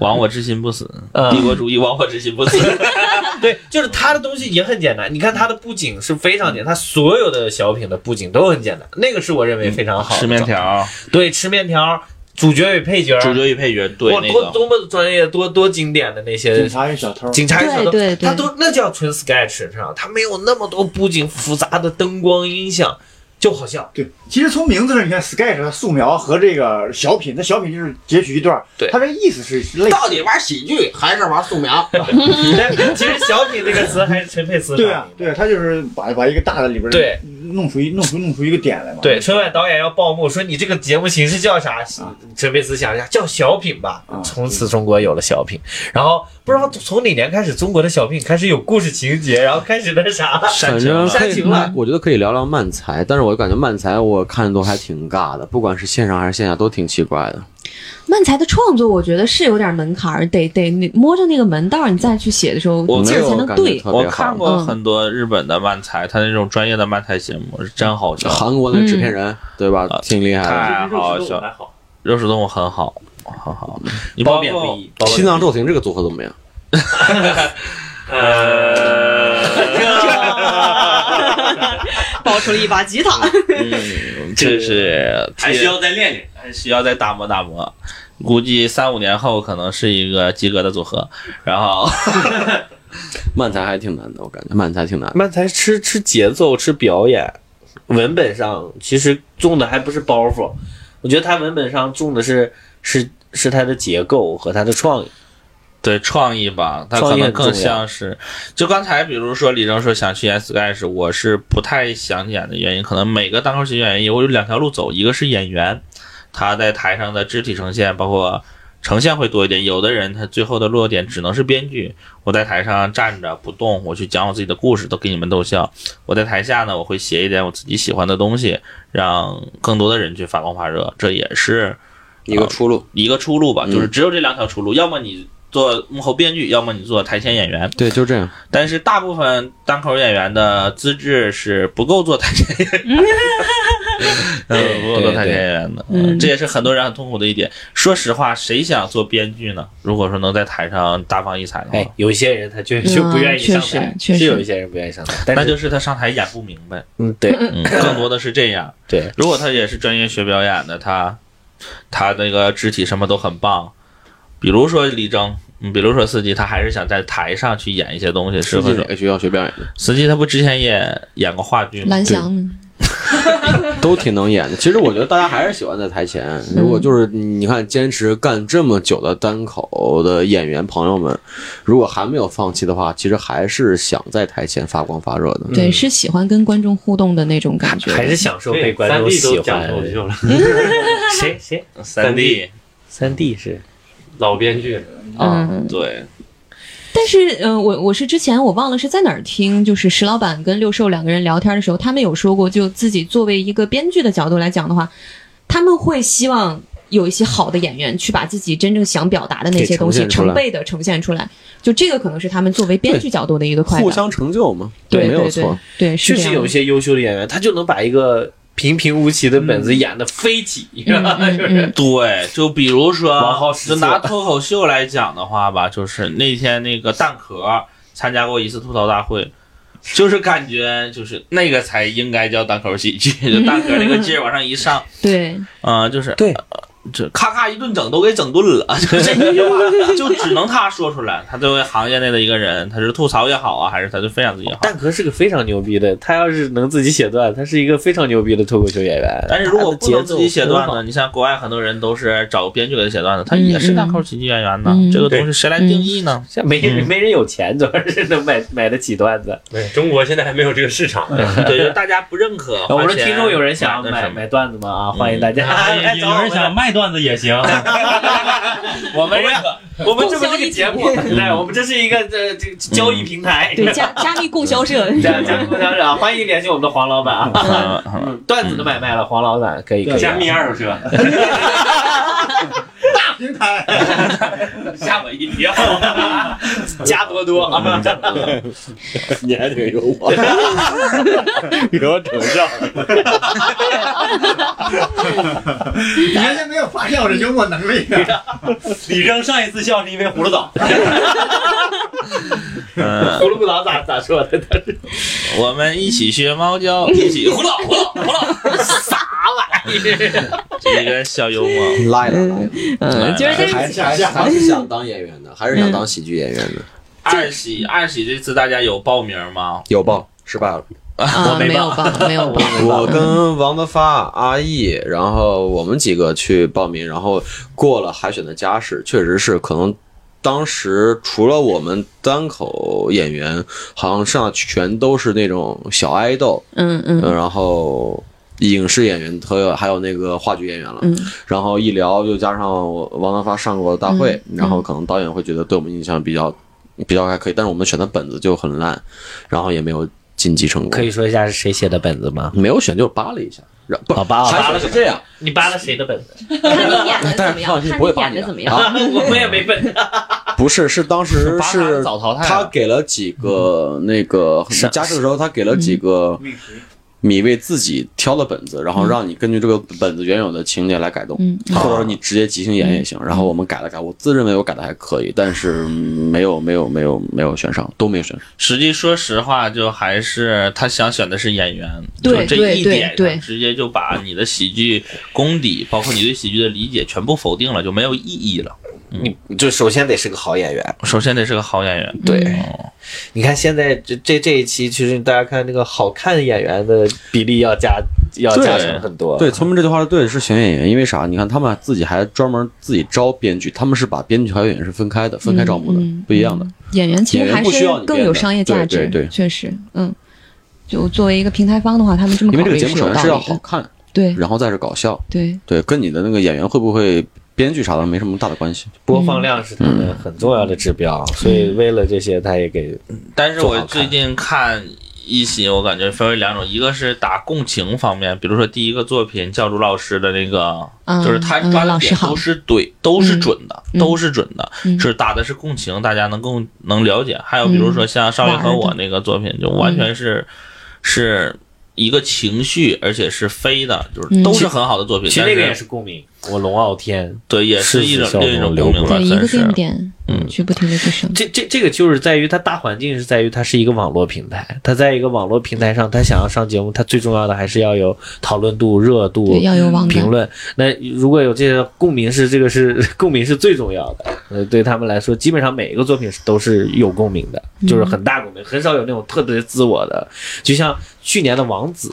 E: 亡我之心不死，
G: 啊
E: 帝国主义亡我之心不死。
G: 对，就是他的东西也很简单。你看他的布景是非常简单，他所有的小品的布景都很简单，那个是我认为 非常好的。
E: 吃面，条，
G: 对，吃面条，主角与配角，
E: 主角与配角，对
G: 哇，
E: 那
G: 多
E: 个
G: 多么专业，多多经典的那些
J: 警察与小偷
G: 呃警察与小偷，
J: 对对对
G: 他都那叫纯 sketch，知道吗？他没有那么多布景复杂的灯光音响，就好 笑。
J: 对，其实从名字上你看，sketch 它素描和这个小品，那小品就是截取一段儿，
G: 对
J: 它这个意思是类似。
L: 到底玩喜剧还是玩素描？
G: 但其实小品这个词还是陈佩斯发明的
J: 对啊，对啊，他就是把把一个大的里边儿
G: 对
J: 弄出一弄出弄出一个点来嘛。
G: 对，春晚导演要报幕说你这个节目形式叫啥？陈佩斯想一下，叫小品吧。
E: 啊
G: 从此中国有了小品，然后不知道从哪年开始，中国的小品开始有故事情节，然后开始那啥了，
I: 反正可
G: 煽
I: 以
G: 情了，。
I: 我觉得可以聊聊漫才，但是我感觉漫才我看都还挺尬的，不管是线上还是线下都挺奇怪的。
A: 漫才的创作，我觉得是有点门槛儿，得得你摸着那个门道儿，你再去写的时候
E: 我
A: 劲儿才能对。
E: 我看过
A: 嗯
E: 很多日本的漫才，他那种专业的漫才节目是真好笑。
I: 韩国的制片人、对吧？挺厉害的，
E: 太好笑了，肉食动物很好，很好。你包
I: 包
E: 括
I: 贬心脏骤停这个组合怎么样？
K: 呃
A: 爆出了一把吉他。
E: 这是
K: 还需要再练练，
E: 还需要再打磨打磨。估计三五年后可能是一个及格的组合，然后
I: 漫才还挺难的，我感觉漫才挺难的。
G: 漫才吃吃节奏，吃表演，文本上其实重的还不是包袱，我觉得他文本上重的是是是他的结构和他的创意。
E: 对创意吧，它
G: 创
E: 可
G: 业
E: 能
G: 很重要
E: 更像是，就刚才比如说李征说想去演 sketch，我是不太想演的原因，可能每个单口喜剧演员有两条路走，一个是演员，他在台上的肢体呈现，包括呈现会多一点；有的人他最后的落点只能是编剧，我在台上站着不动，我去讲我自己的故事，都给你们逗笑；我在台下呢，我会写一点我自己喜欢的东西，让更多的人去发光发热，这也是。
I: 一个出路，
E: 一个出路吧，
I: 嗯
E: 就是只有这两条出路，要么你做幕后编剧，要么你做台前演员。
I: 对，就这样。
E: 但是大部分单口演员的资质是不够做台前演员， 嗯，不够做台前演员的，
A: 嗯
E: 这也是很多人很痛苦的一点。说实话，谁想做编剧呢？如果说能在台上大放异彩的话，
G: 哎，有些人他就就不愿意上台，
E: 嗯确实确实
G: 是有一些人不愿意上台，但
E: 那
G: 是
E: 就是他上台演不明白。
G: 嗯，对，
E: 嗯，更多的是这样。
G: 对，
E: 如果他也是专业学表演的，他他那个肢体什么都很棒，比如说李征，嗯，比如说司机，他还是想在台上去演一些东西，是
I: 是
E: 会
I: 哪
E: 说
I: 个学校学表演的？
E: 司机他不之前也演过话剧吗？
A: 蓝翔呢？
I: 都挺能演的。其实我觉得大家还是喜欢在台前。
A: 嗯
I: 如果就是你看坚持干这么久的单口的演员朋友们，如果还没有放弃的话，其实还是想在台前发光发热的。
A: 对，是喜欢跟观众互动的那种感觉，
G: 还是享受被观众喜欢。 谁谁
E: 三 D
G: 三 D 是
K: 老编剧
A: 啊嗯
E: 对，
A: 但是，嗯、我我是之前我忘了是在哪儿听，就是石老板跟六兽两个人聊天的时候，他们有说过，就自己作为一个编剧的角度来讲的话，他们会希望有一些好的演员去把自己真正想表达的那些东西
I: 给呈现出来
A: 成倍的呈现出来，就这个可能是他们作为编剧角度的一个快乐。
I: 互相成就嘛，
A: 对
I: 没有
A: 对
I: 错。
A: 对对是
G: 确
A: 这样
G: 实有一些优秀的演员，他就能把一个平平无奇的本
A: 嗯
G: 子演的飞起，就是
E: 对，就比如
G: 王
E: 说，
G: 浩十
E: 就
G: 四
E: 拿脱口秀来讲的话吧，就是那天那个蛋壳参加过一次吐槽大会，就是感觉就是那个才应该叫单口喜剧， 就蛋壳那个劲儿往上一上，
A: 对，
E: 啊、就是对，这咔咔一顿整都给整顿了， 就这一句 话，就只能他说出来。他作为行业内的一个人，他是吐槽也好啊，还是他就分享自己也好。
G: 蛋壳是个非常牛逼的，他要是能自己写段，他是一个非常牛逼的脱口秀演员。
E: 但是如果不能自己写段
G: 他的节奏很好
E: 子，你像国外很多人都是找编剧给他写段子，他也是单口喜剧演员呢。
G: 嗯
E: 这个东西谁来定义呢？
G: 像没
A: 嗯
G: 人、没人有钱，主要是能买买得起段子。
K: 对，中国现在还没有这个市场，
E: 对，就大家不认可。
G: 我
E: 花
G: 们
E: 钱
G: 听众有人想要
E: 那
G: 买
E: 什么嗯
G: 买段子吗？啊，欢迎大家。
K: 啊有有人想卖
H: 段子 也行。我们这个，我们这不是个节目，
F: 共享一体
H: 对，我们这是一
G: 呃
H: 个这
E: 嗯
H: 这交易平台，
F: 对 加加密供销社
H: 加加密供销社啊，欢迎联系我们的黄老板啊， 嗯段子的买卖了，黄老板可以
G: 啊
H: 可以
M: 加密
H: 二手车，
J: 大平台，
H: 吓我一跳， 加多多啊，
N: 你还得有 我，给我整上。
J: 你人家没有发现我的幽默能 力啊！
H: 李征上一次笑是因为葫芦岛，
E: 嗯
H: 葫芦岛咋咋说的？
E: 我们一起学猫叫，一起胡闹胡闹胡闹，
H: 啥玩意儿？
E: 这个小幽默，
I: 来了，
E: 嗯
F: 就是这
I: 哎还是还是还是想嗯当演员的，还是想当喜剧演员的，
E: 二喜二喜这次大家有报名吗？
I: 有报失败了。
F: 啊，没有吧，没有吧。
I: 我跟王德发、阿易，然后我们几个去报名，然后过了海选的加试，确实是可能当时除了我们单口演员，好像上全都是那种小爱豆，
O: 嗯嗯
I: 呃然后影视演员还有还有那个话剧演员了，
O: 嗯
I: 然后一聊又加上我王德发上过大会，
O: 嗯
I: 然后可能导演会觉得对我们印象比较比较还可以，但是我们选的本子就很烂，然后也没有晋级成功。可
G: 以说一下是谁写的本子吗？哦
I: 没有选就是扒了一下，然不
G: 扒了
I: 还是这样，
H: 你扒了谁的 本子？
A: 看你演的怎
I: 但
A: 么
I: 是
A: 样，
I: 放
A: 看
I: 心不会
A: 你
I: 扒
A: 演
I: 你
A: 的
I: 的
A: 怎么样。
I: 啊
H: 我也没本子，
I: 不是，是 当时
H: 巴萨
I: 是
H: 早淘汰
G: 啊
H: 了
I: 他给了几个那个加试的时候，他给了
A: 嗯
I: 几个米未自己挑的本子，然后让你根据这个本子原有的情节来改动
F: 嗯，嗯
I: 或者说你直接即兴演也行。然后我们改了改，我自认为我改的还可以，但是没有没有没有没有选上，都没有选上。
E: 实际说实话，就还是他想选的是演员，
F: 对
E: 就这一点
F: 对对对
E: 上直接就把你的喜剧功底，包括你对喜剧的理解全部否定了，就没有意义了。
N: 你就首先得是个好演员，
E: 首先得是个好演员。
N: 对，
A: 嗯
N: 你看现在这这这一期，其实大家看这个好看演员的比例要加要加强很多。
I: 对，聪明这句话是对的，是选演员，因为啥？你看他们自己还专门自己招编剧，他们是把编剧还有演员是分开的，分开招募
F: 嗯
I: 的，不一样的。
F: 演员其实还是更有商业价值，
I: 对对对
F: 确实，嗯，就作为一个平台方的话，他们这么
I: 因
F: 考
I: 为这个
F: 虑
I: 节目
F: 嗯
I: 首先
F: 有道
I: 是要
F: 理
I: 好
F: 的，
I: 看，
F: 对
I: 然后再是搞笑，
F: 对，
I: 对，跟你的那个演员会不会编剧啥的没什么大的关系。
G: 播放量是他们很重要的指标，所以为了这些，他也给。
E: 但是
G: 做
E: 我
G: 好看
E: 最近看一喜，我感觉分为两种，一个是打共情方面，比如说第一个作品教主老师的那个，
F: 嗯
E: 就是他
F: 嗯
E: 抓的
F: 老师
E: 点
F: 好
E: 都是对，都是准的，
F: 嗯
E: 都是准的，
F: 嗯
E: 就是打的是共情，大家能更能了解。还有比如
F: 嗯
E: 说像少爷和我那个作品，就完全是、是。一个情绪，而且是飞的，就是
G: 嗯
E: 都是很好的作品。
G: 其实
E: 但
G: 那个也是共鸣，我龙傲天，
E: 对，也是一种另一种共鸣吧，
F: 对一
E: 算
F: 个
E: 是
F: game。点，嗯，去不停的去升，
G: 这这这个就是在于它大环境是在于它是一个网络平台，它在一个网络平台上，它想要上节目，它最重要的还是要有讨论度、热度
F: 对，要有网感
G: 评论。那如果有这些共鸣是这个是共鸣是最重要的，呃，对他们来说，基本上每一个作品是都是有共鸣的，
H: 嗯
G: 就是很大共鸣，很少有那种特别自我的，就像去年的王子。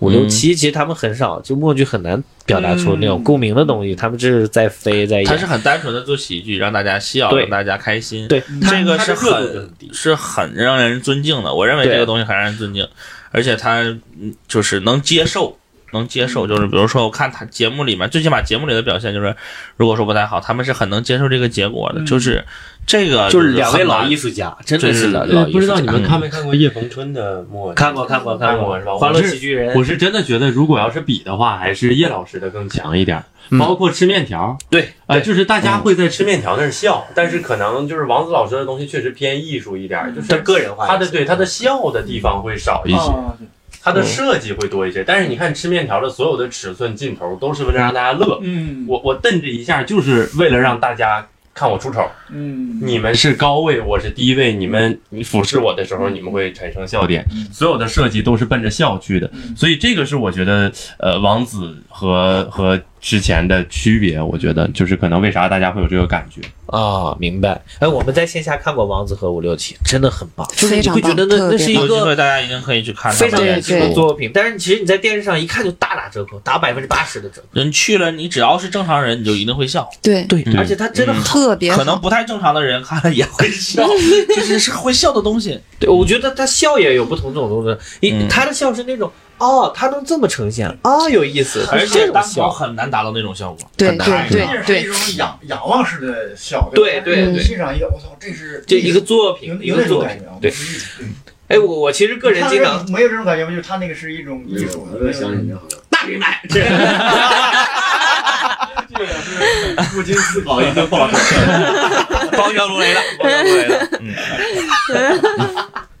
G: 五六七，其实他们很少，就默剧很难表达出那种
E: 嗯
G: 共鸣的东西，他们这是在飞在演。
E: 他是很单纯的做喜剧，让大家笑，
G: 对
E: 让大家开心。
G: 对
E: 这个是
G: 他的热度
E: 很是很让人尊敬的。我认为
G: 对
E: 这个东西很让人尊敬，而且他嗯就是能接受，能接
G: 嗯
E: 受。就是比如说，我看他节目里面，最起码节目里的表现就是，如果说不太好，他们是很能接受这个结果的。就是这个
G: 嗯就是两位
E: 很难
G: 老艺术家真的
E: 对
G: 是老
E: 对
G: 老
E: 对
G: 艺
H: 不知
G: 术
H: 道
G: 家
H: 你们看没看过叶逢春的默剧？
G: 看过看过看
H: 看
G: 过
H: 过是吧？
G: 欢乐
H: 我是
G: 喜剧人
H: 我是真的觉得，如果要是比的话，还是叶老师的更强一点儿。包括吃面条，
G: 嗯对，嗯
H: 啊，就是大家会在吃面条那儿笑，但是可能就是王子老师的东西确实偏艺术一点儿，就是
G: 他个人化一些
H: 他的对他的笑的地方会少一些
J: 啊
G: 哦，
H: 他的设计会多一些。但是你看吃面条的所有的尺寸尽头都是为了让大家乐，
J: 嗯，
H: 我我瞪这一下就是为了让大家看我出丑，
J: 嗯，
H: 你们是高位，我是低位，你们俯视我的时候，你们会产生笑点。所有的设计都是奔着笑去的，所以这个是我觉得，呃，王子和和之前的区别，我觉得就是可能为啥大家会有这个感觉。
G: 啊，明白。哎，我们在线下看过《王子和五六七》，真的很棒，就是
E: 非
G: 你
E: 常
G: 会觉得
E: 棒
G: 那
E: 特
G: 那
E: 别
G: 是一
E: 有机会
G: 个
E: 大家一定可以去看他
G: 非常
E: 们的
G: 年轻
E: 演
G: 的
E: 出
G: 作品，但是其实你在电视上一看就大打折扣，打百分之八十的折扣。
E: 人去了，你只要是正常人，你就一定会笑。
F: 对
G: 对
E: 嗯
G: 而且他真的
E: 嗯
G: 特别好
E: 可能不太正常的人看了也会笑，就是是会笑的东西。
G: 对，我觉得他笑也有不同种种的，
E: 嗯
G: 你他的笑是那种哦，他能这么呈现哦，有意思，
E: 而
G: 这
E: 且
G: 种
E: 单
G: 笑
E: 口很难达到那种效 果，
G: 对很难对对
J: 对，一种仰仰望式的笑，
G: 哎对
J: 吧
G: 对
J: 你
G: 对
J: 欣赏一个，我操，这是
G: 这一个作品
J: 有
G: 一
J: 有
G: 个
J: 那种
G: 作
J: 感
G: 品
J: 觉啊。，
G: 对。哎，我我其实个人经常
J: 你看没有这种感觉吗？就是他那个是一种艺术，我在想你好 了，那给 买。
H: 不经思考哦已经爆出
E: 爆笑如雷了，爆笑如雷 了。
H: 嗯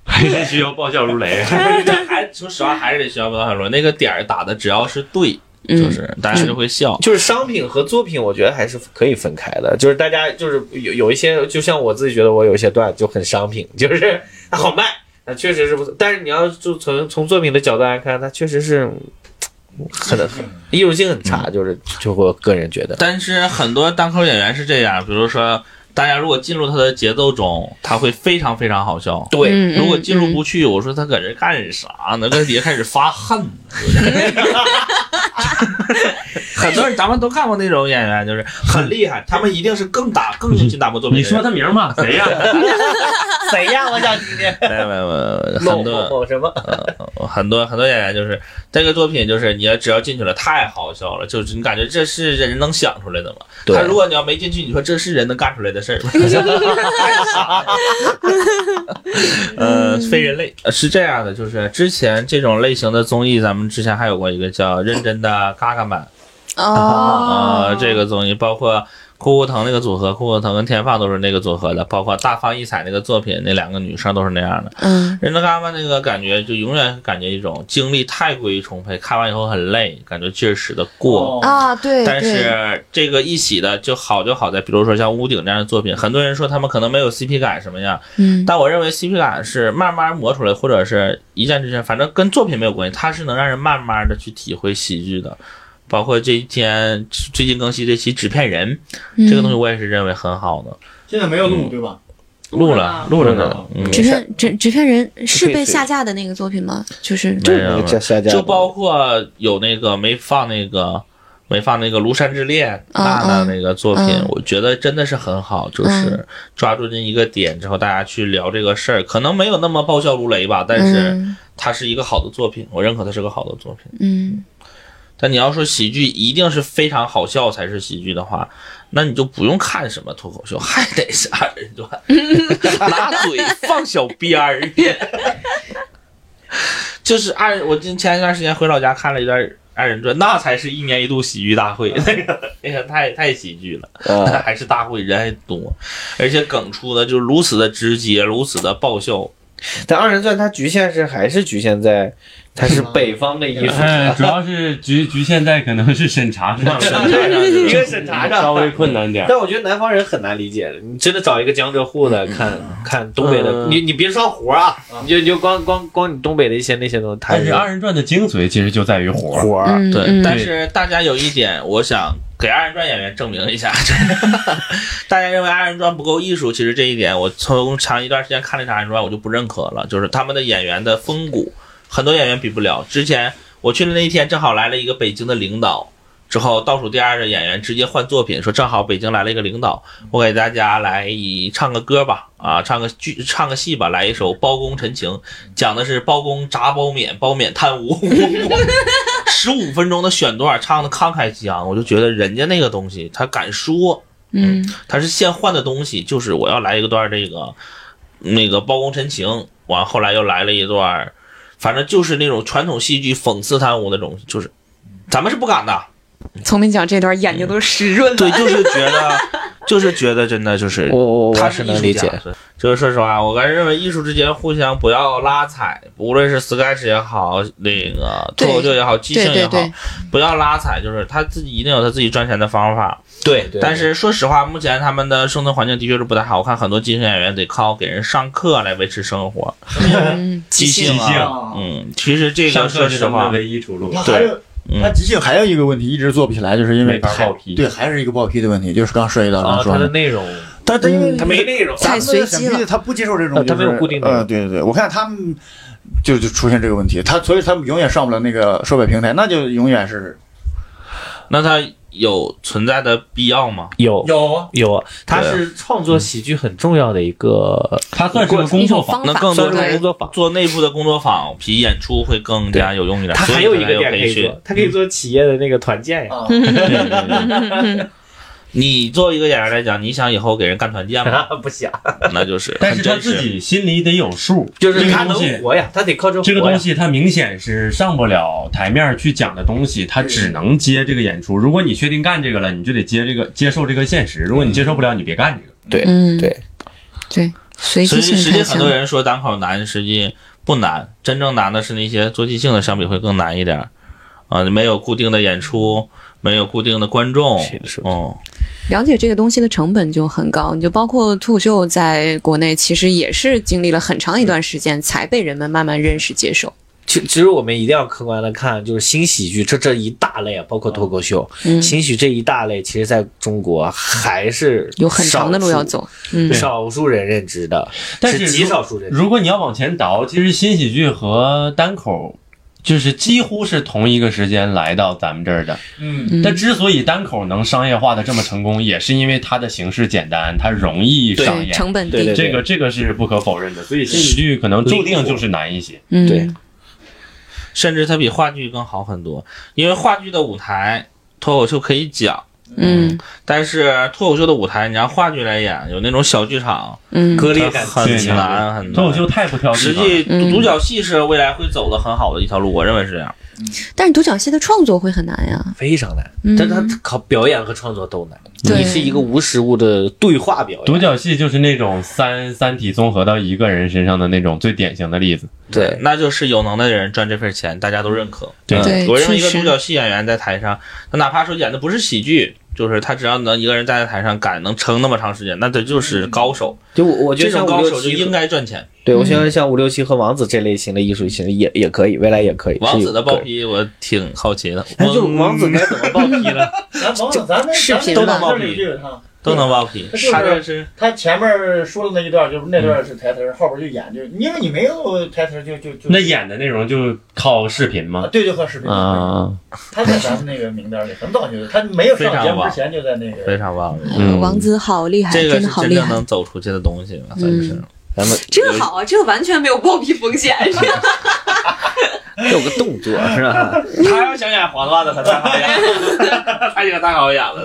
H: 还是需要爆笑如雷。
E: 还说实话，还是得需要爆笑如雷。那个点儿打的只要是对，
H: 嗯
F: 嗯
E: 就是大家就会笑。
G: 就是商品和作品，我觉得还是可以分开的。就是大家就是有有一些，就像我自己觉得我有一些段就很商品，就是它好卖，那确实是不错。但是你要就从从作品的角度来看，它确实是嗯很很艺术性很差，就是就我个人觉得。
E: 但是很多单口演员是这样，比如说大家如果进入他的节奏中，他会非常非常好笑。
G: 对嗯嗯
E: 如果进入不去，我说他搁这干啥
H: 嗯
E: 呢？搁底下开始发恨呢。 很多人咱们都看过那种演员，就是很厉害，他们一定是更打更进打磨作品。
H: 你说他名嘛？谁呀？
G: 谁呀？我想听听。
E: 没有没有没有，
G: 某
E: 很
G: 某
E: 多
G: 某什么？
E: 很多很多演员就是这个作品，就是你要只要进去了，太好笑了，就是你感觉这是人能想出来的吗？
G: 对
E: 他如果你要没进去，你说这是人能干出来的事儿吗？呃，非人类呃是这样的，就是之前这种类型的综艺，咱们之前还有过一个叫《认真的嘎嘎版》啊、
F: 哦，
E: 这个综艺包括。酷酷腾那个组合，酷酷腾跟天放都是那个组合的，包括大放异彩那个作品，那两个女生都是那样的。
F: 嗯，
E: 人的嘎巴那个感觉，就永远感觉一种精力太过于充沛，看完以后很累，感觉劲儿使得过。
J: 哦
F: 啊，对，
E: 哦但
F: 对
E: 是这个一喜的就好就好在，比如说像《屋顶》这样的作品，很多人说他们可能没有 CP 感什么样，
F: 嗯
E: 但我认为 CP 感是慢慢磨出来，或者是一见之间，反正跟作品没有关系，它是能让人慢慢的去体会喜剧的。包括这一天最近更新这期《纸片人》
F: 嗯
E: 这个东西，我也是认为很好的，
J: 现在没有录对吧？
E: 录了录着呢，嗯，
F: 纸片纸纸片人是
E: 可
F: 被
E: 以
F: 下架的那个作品吗？就是
E: 没有没有
G: 架
E: 就包括有那个没放那个没放那个《庐山之恋》
F: 嗯
E: 娜娜那个作品
F: 嗯，
E: 我觉得真的是很好，就是抓住那一个点之后，大家去聊这个事儿，可能没有那么爆笑如雷吧，但是
F: 嗯
E: 它是一个好的作品，我认可它是个好的作品。
F: 嗯
E: 但你要说喜剧一定是非常好笑才是喜剧的话，那你就不用看什么脱口秀，还得是二人转，拿嘴放小鞭儿。就是二，我今前一段时间回老家看了一段二人转，那才是一年一度喜剧大会，那 个那个太太喜剧了，
G: 啊
E: 还是大会人还多，而且梗出的就如此的直接，如此的爆笑。
G: 但二人转它局限是还是局限在它是北方的艺术，
H: 哎， 主要是局局限在可能是审查上，
G: 一个审查上
H: 稍微困难点儿。
G: 但我觉得南方人很难理解的，你真的找一个江浙沪的看看东北的，
H: 嗯
G: 你你别说活啊，你就你就光光光你东北的一些那些东西，它
H: 但是二人转的精髓其实就在于活
G: 活儿嗯
E: 啊对，
G: 嗯
E: 但是大家有一点，我想给二人转演员证明一下， 大家认为二人转不够艺术，其实这一点我从长一段时间看了一场二人转，我就不认可了，就是他们的演员的风骨，很多演员比不了。之前我去的那一天，正好来了一个北京的领导。之后倒数第二的演员直接换作品，说正好北京来了一个领导，我给大家来以唱个歌吧，啊，唱个剧，唱个戏吧，来一首《包公陈情》，讲的是包公铡包勉，包勉贪污， 十五分钟的选段唱的慷慨激昂，我就觉得人家那个东西他敢说，
F: 嗯
E: 他是现换的东西，就是我要来一个段这个那个包公陈情，完后来又来了一段，反正就是那种传统戏剧讽刺贪污的东西，就是咱们是不敢的，
F: 嗯
P: 从你讲这段，眼睛都湿润了。
E: 对，就是觉 得，就是觉得真的就是，
G: 我我我
E: 他
G: 是
E: 是
G: 能
E: 艺术
G: 理
E: 家
G: 解
E: 是就是说实话，我个人认为艺术之间互相不要拉踩，无论是 sketch 也好，那个脱口秀也好，即兴也
G: 对
E: 好
G: 对，
E: 不要拉踩，就是他自己一定有他自己赚钱的方法。
G: 对对
E: 但是说实话，目前他们的生存环境的确是不太好，我看很多即兴演员得靠给人上课来维持生活。即兴
J: 即兴
E: 啊，嗯，其实这个
H: 上课
E: 说
H: 是
E: 实
H: 他
E: 话
H: 们的唯一出路。
J: 他还有
E: 嗯
J: 他即兴还有一个问题一直做不起来，就是因为
H: 没法
J: 太
H: 报批
J: 对，还是一个报批的问题，就是刚涉及到
G: 啊
J: 刚说
G: 它的内容，
J: 但他因为
G: 它没内容
J: 咱们的审批
G: 太随机了
J: 他不接受这
G: 呃
J: 种，
G: 它没有固定内容
J: 呃，对对对，我看他们就就出现这个问题，他所以他们永远上不了那个售卖平台，那就永远是
E: 那他有存在的必要吗？
G: 有啊
E: 有
G: 有，它是创作喜剧很重要的一个，
E: 它
G: 算是个工作坊一种方法
E: 那更多
G: 算是个工作
E: 坊，做内部的工作坊比演出会更加有用一点。
G: 它还
E: 所
G: 有一个
E: 有
G: 点可
E: 培
G: 以
E: 训
G: 做，，
H: 嗯
G: 它可以做企业的那个团建呀。
E: 你作为一个演员来讲，你想以后给人干团建 吗？
G: 不想，
E: 那就是。
H: 但是他
E: 很真实
H: 自己心里得有数，
G: 就是
H: 这个
G: 他
H: 东西
G: 能活呀，他得靠这活
H: 这
G: 呀
H: 个东西它明显是上不了台面去讲的东西，它只能接这个演出。如果你确定干这个了，你就得接这个接受这个现实。如果你接受不了，你别干这个。
G: 对
A: 嗯
G: 对
A: 对，随
E: 所
A: 机
E: 以
A: 性
E: 实
A: 太
E: 际很
A: 强
E: 多。人说单口难，实际不难，真正难的是那些做即兴的商品会更难一点儿。啊、没有固定的演出，没有固定的观众，嗯，
A: 了解这个东西的成本就很高，你就包括脱口秀在国内其实也是经历了很长一段时间才被人们慢慢认识接受。
G: 其其实我们一定要客观的看，就是新喜剧这这一大类啊，包括脱口秀，
A: 嗯
G: 新喜剧这一大类，其实在中国还是
A: 有很长的路要
G: 少数
A: 走嗯
G: 对少数人认知的，
H: 但
G: 是
H: 是
G: 极
H: 如
G: 少数人知
H: 如果你要往前倒，其实新喜剧和单口就是几乎是同一个时间来到咱们这儿的。
J: 嗯
H: 但之所以单口能商业化的这么成功，也是因为它的形式简单，它容易上
A: 对
H: 演，
A: 成本低对对对
H: 这个这个是不可否认的。所以新喜剧可能注定就是难一些。
A: 嗯，
E: 对，甚至它比话剧更好很多，因为话剧的舞台脱口秀可以讲，
A: 嗯
E: 但是脱口秀的舞台你让话剧来演，有那种小剧场，
A: 嗯
H: 割裂感
E: 很
H: 对
E: 难很难。
H: 脱口秀太不挑剔了
E: 嗯实际
A: 嗯
E: 独角戏是未来会走的很好的一条路，我认为是这样。
A: 但是嗯独角戏的创作会很难呀。
G: 非常难，
A: 嗯
G: 但它靠表演和创作都难。
A: 对
G: 你是一个无实物的对话表演，
H: 独角戏就是那种三三体综合到一个人身上的那种最典型的例子。
G: 对，
E: 那就是有能耐的人赚这份钱，大家都认可。
H: 对
E: 嗯
H: 对
E: 我认为一个
H: 确实
E: 独角戏演员在台上，他哪怕说演的不是喜剧，就是他只要能一个人站在台上敢能撑那么长时间，那他就是高手。
G: 就我我觉得
E: 这种
G: 像
E: 高
G: 五六
E: 手就
G: 七
E: 应该赚钱。
G: 对我觉得像五六七和王子这类型的艺术形式也也可以，未来也可以。
E: 王子的
G: 包
E: 包皮我挺好奇的，
G: 哎就王子该怎么爆皮
E: 了？
J: 咱甭管咱们
E: 视频
J: 咱
E: 吧
J: 们这里就有他，
E: 都能爆皮
J: 他，就
E: 他这
J: 是
E: 是
J: 他前面说的那一段，就是那段是台词，后边就演，就因为你没有台词，就就就
H: 那演的内容就靠视频吗？
J: 对，就靠视频。
H: 啊，
J: 他在咱们那个名单里很早就，他没有上节目之前就在那个。
E: 非常棒，
A: 嗯王子好
F: 哎
A: 厉害
E: 这个
A: 真的
E: 是
A: 好
E: 真
A: 厉
E: 正
A: 害
E: 能走出去的东西吧，算是
A: 嗯。
G: 咱们
A: 这个好啊，这个完全没有暴毙风险。
G: 有个动作是吧？
E: 他要想演黄段子，他太好演了， 他演太好演了。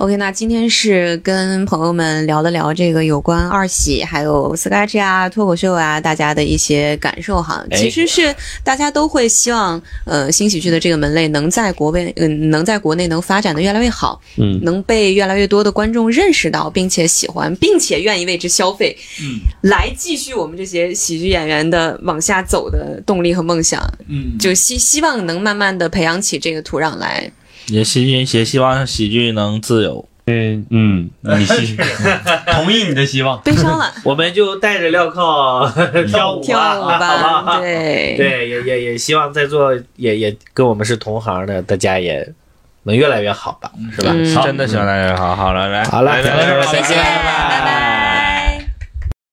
A: OK，那今天是跟朋友们聊了聊这个有关二喜，还有 sketch 啊、脱口秀啊，大家的一些感受哈。
G: 哎
A: 其实是大家都会希望，呃，新喜剧的这个门类能在国内，嗯、能在国内能发展的越来越好，
G: 嗯
A: 能被越来越多的观众认识到，并且喜欢，并且愿意为之消费，
J: 嗯，
A: 来继续我们这些喜剧演员的往下走的动力和梦想。
J: 嗯
A: 就希希望能慢慢的培养起这个土壤 来。
E: 也希也希望喜剧能自 由。
H: 嗯嗯，你希同意你的希望，
A: 悲伤了。
G: 我们就带着镣铐跳舞
A: 跳舞
G: 吧，
A: 吧
G: 好吧？
F: 哎
A: 对
G: 对，也也也希望在座也也跟我们是同行的，大家也能越来越好吧，是吧？
E: 嗯真的喜欢大家，好好了，来，
G: 好了
E: 来
G: 咱
E: 来
G: 们
E: 来，
G: 谢谢
E: 拜拜。